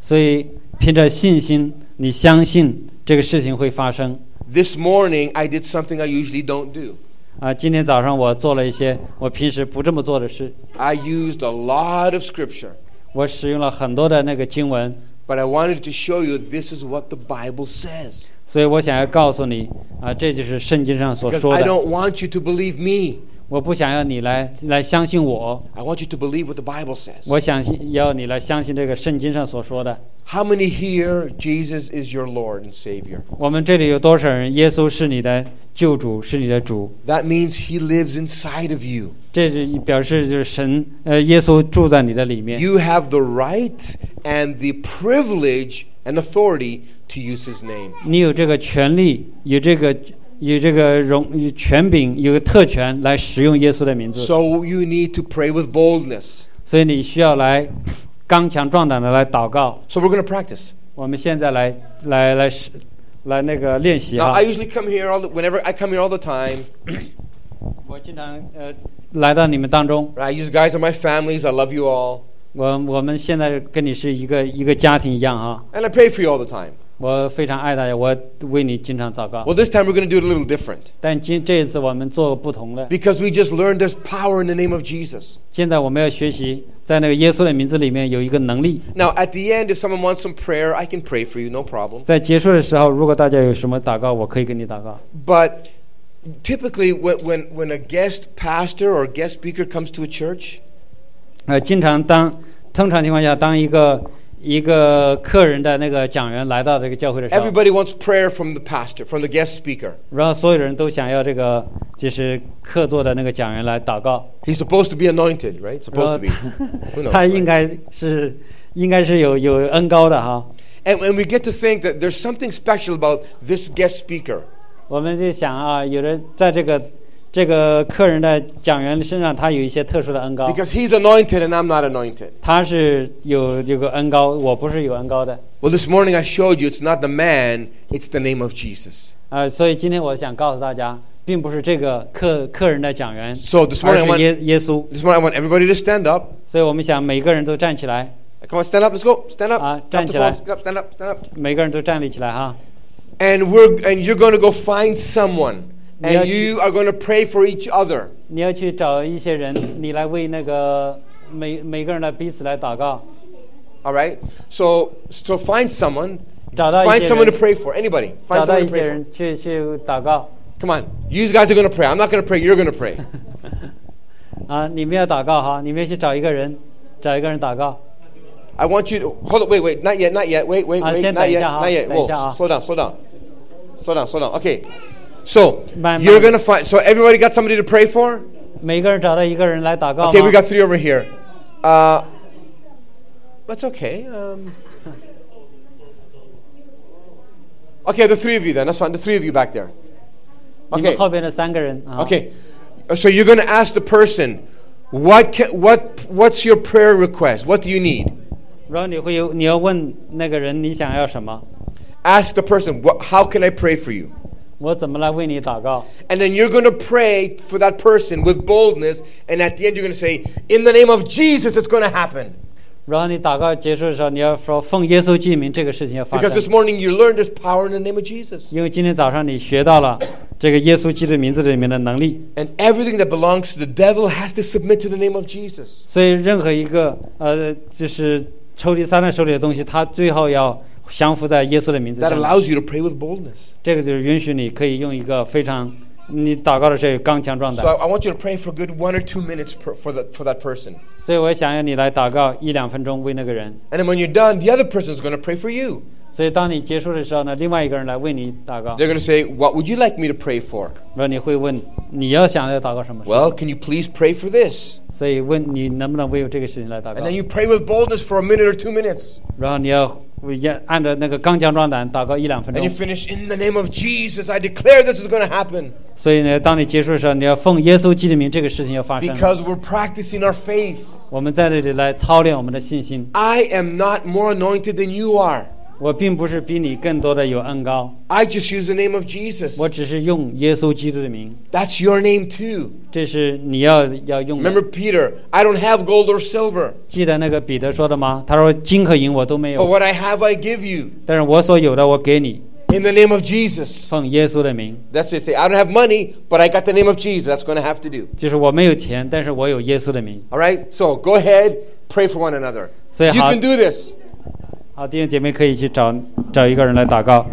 Speaker 2: 所以凭着信心，你相信这个事情会发生
Speaker 1: This morning I did something I usually don't do.
Speaker 2: 啊！今天早上我做了一些我平时不这么做的事，
Speaker 1: I used a lot of scripture,
Speaker 2: 我使用了很多的那个经文，
Speaker 1: but I wanted to show you this is what the Bible says.
Speaker 2: 所以我想要告诉你啊，这就是圣经上所
Speaker 1: Because
Speaker 2: 说
Speaker 1: I
Speaker 2: 的。
Speaker 1: don't want you to believe me.
Speaker 2: 我不想要你来来相信我，
Speaker 1: I want you to believe what the Bible says.
Speaker 2: 我想信要你来相信这个圣经上所说的。
Speaker 1: How many here, Jesus is your Lord and Savior?
Speaker 2: 我们这里有多少人？耶稣是你的救主，是你的主。
Speaker 1: That means He lives inside of you.
Speaker 2: 这是表示就是神，呃，耶稣住在你的里面。
Speaker 1: You have the right and the privilege and authority to use His name.
Speaker 2: 你有这个权利，有这个有这个荣有权柄，有个特权来使用耶稣的名字。
Speaker 1: So you need to pray with boldness.
Speaker 2: 所以你需要来刚强壮胆的来祷告。
Speaker 1: So we're going to practice.
Speaker 2: 我们现在来来来是来那个练习
Speaker 1: Now,
Speaker 2: 哈
Speaker 1: I。usually come here all the, whenever I come here all the time.
Speaker 2: 我经常呃来到你们当中，
Speaker 1: Right? You guys are my families. I love you all.
Speaker 2: 我我们现在跟你是一个一个家庭一样啊。
Speaker 1: And I pray for you all the time.
Speaker 2: 我非常爱大家，我为你经常祷告。
Speaker 1: Well, this time we're going to do it a little different
Speaker 2: 但今这一次我们做不同的，
Speaker 1: because we just learned there's power in the name of Jesus.
Speaker 2: 现在我们要学习在那个耶稣的名字里面有一个能力。
Speaker 1: Now, at the end, if someone wants some prayer, I can pray for you, no problem.
Speaker 2: 在结束的时候，如果大家有什么祷告，我可以给你祷告。
Speaker 1: But typically, when, when, when a guest pastor or guest speaker comes to a church,
Speaker 2: 呃，经常当通常情况下，当一个一个客人的那个讲员来到这个教会的时候，
Speaker 1: everybody wants prayer from the pastor, from the guest speaker.
Speaker 2: 然后所有人都想要这个就是客座的那个讲员来祷告，
Speaker 1: He's supposed to be anointed, right? Supposed to be. Who
Speaker 2: 他
Speaker 1: right?
Speaker 2: 应该是应该是有有恩高的哈。
Speaker 1: And, and we get to think that there's something special about this guest speaker.
Speaker 2: 我们就想啊，有人在这个这个客人的讲员身上，他有一些特殊的恩高，
Speaker 1: Because he's anointed and I'm not anointed.
Speaker 2: 他是有这个恩高，我不是有恩高的
Speaker 1: Well, this morning I showed you it's not the man, it's the name of Jesus.
Speaker 2: 啊、呃所以今天我想告诉大家，并不是这个客客人的讲员，
Speaker 1: So this
Speaker 2: 而
Speaker 1: morning, I
Speaker 2: 是
Speaker 1: want,
Speaker 2: 耶耶稣。
Speaker 1: this morning I want everybody to stand up.
Speaker 2: 所以我们想每个人都站起来，
Speaker 1: Come on, stand up. Let's go. Stand up.
Speaker 2: Ah,
Speaker 1: Off
Speaker 2: stand
Speaker 1: the
Speaker 2: up.
Speaker 1: phone. Stand up. Stand up. Stand up.
Speaker 2: 每个人都站立起来哈。
Speaker 1: And we're and you're going to go find someone, and
Speaker 2: Yeah,
Speaker 1: you are going to pray for each other.
Speaker 2: 你要去找一些人，你来为那个每每个人的彼此来祷告，
Speaker 1: All right. So so find someone.
Speaker 2: 找到一些
Speaker 1: Find
Speaker 2: 人。
Speaker 1: someone to pray for. Anybody.
Speaker 2: 找
Speaker 1: Find
Speaker 2: 到
Speaker 1: someone to
Speaker 2: 一
Speaker 1: pray
Speaker 2: 些
Speaker 1: for.
Speaker 2: 人去去祷告
Speaker 1: Come on. You guys are going to pray. I'm not going to pray. You're going to pray.
Speaker 2: 啊！你们要祷告哈，你们要去找一个人，找一个人祷告。
Speaker 1: I want you to hold up. Wait, wait. Not yet. Not yet. Wait, wait,
Speaker 2: Ah,
Speaker 1: wait.
Speaker 2: 先
Speaker 1: Not yet.
Speaker 2: 等一下啊，
Speaker 1: Not yet. Whoa.
Speaker 2: 等一下啊。
Speaker 1: s- Slow down. Slow down. Slow down. Slow down. Okay. So
Speaker 2: My-
Speaker 1: you're
Speaker 2: my-
Speaker 1: going to find. So everybody got somebody to pray for.
Speaker 2: 每个人找到一个人来祷告
Speaker 1: Okay, we
Speaker 2: 吗？
Speaker 1: got three over here. Uh, that's okay. Um, okay, the three of you then. That's fine. The three of you back there.
Speaker 2: 你们
Speaker 1: Okay.
Speaker 2: 后边的三个人啊。
Speaker 1: Okay. Uh, So you're going to ask the person, what can, what what's your prayer request? What do you need?
Speaker 2: 然后你会有你要问那个人你想要什么，
Speaker 1: Ask the person, what, how can I pray for you?
Speaker 2: 我怎么来为你祷告？
Speaker 1: And then you're going to pray for that person with boldness. And at the end, you're going to say, in the name of Jesus, it's going to happen.
Speaker 2: 然后你祷告结束的时候，你要说奉耶稣之名，这个事情要发
Speaker 1: Because
Speaker 2: 生
Speaker 1: this。morning you learned there's power in the name of Jesus.
Speaker 2: 因为今天早上你学到了这个耶稣基督名字里面的能力，
Speaker 1: And everything that belongs to the devil has to submit to the name of Jesus.
Speaker 2: 所以任何一个呃，就是抽离撒旦手里的东西，他最后要降服在耶稣的名字
Speaker 1: That
Speaker 2: 上。
Speaker 1: allows you to pray with boldness.
Speaker 2: 这个就是允许你可以用一个非常你祷告的时候有刚强壮
Speaker 1: So I,
Speaker 2: 胆。
Speaker 1: I want you to pray for a good one or two minutes per, for, the, for that person.
Speaker 2: 所以我想要你来祷告一两分钟为那个人。
Speaker 1: And then when you're done, the other person is going to pray for you.
Speaker 2: 所以当你结束的时候呢，另外一个人来为你祷告，
Speaker 1: They're going to say, What would you like me to pray for?
Speaker 2: 然后你会问你要想要祷告什么事，
Speaker 1: Well, can you please pray for this?
Speaker 2: 所以问你能不能为这个事情来祷
Speaker 1: And
Speaker 2: 告
Speaker 1: then，you pray with boldness for a minute or two minutes.
Speaker 2: 然后你要为按照那个刚强壮胆祷告一两分
Speaker 1: And
Speaker 2: 钟
Speaker 1: you。finish, In the name of Jesus, I declare this is going to happen.
Speaker 2: 所以呢，当你结束的时候，你要奉耶稣基督的名，这个事情要发生。
Speaker 1: Because we're practicing our faith.
Speaker 2: 我们在这里来操练我们的信心。
Speaker 1: I am not more anointed than you are.
Speaker 2: 我并不是比你更多的有恩高，
Speaker 1: I just use the name of Jesus.
Speaker 2: 我只是用耶稣基督的名，
Speaker 1: That's your name too.
Speaker 2: 这是你要要用的。
Speaker 1: Remember Peter, I don't have gold or silver,
Speaker 2: 记得那个彼得说的吗？他说：“金和银我都没
Speaker 1: but
Speaker 2: 有，
Speaker 1: what I have I give you
Speaker 2: 但是我所有的我给你，
Speaker 1: in the name of Jesus.
Speaker 2: 奉耶稣的名。
Speaker 1: That's it. Say, I don't have money, but I got the name of Jesus. That's going to have to do. ”
Speaker 2: 就是我没有钱，但是我有耶稣的名。
Speaker 1: All right? So go ahead, pray for one another.
Speaker 2: Say
Speaker 1: you
Speaker 2: hi.
Speaker 1: can do this.
Speaker 2: 好，弟兄姐妹可以去找找一个人来祷告。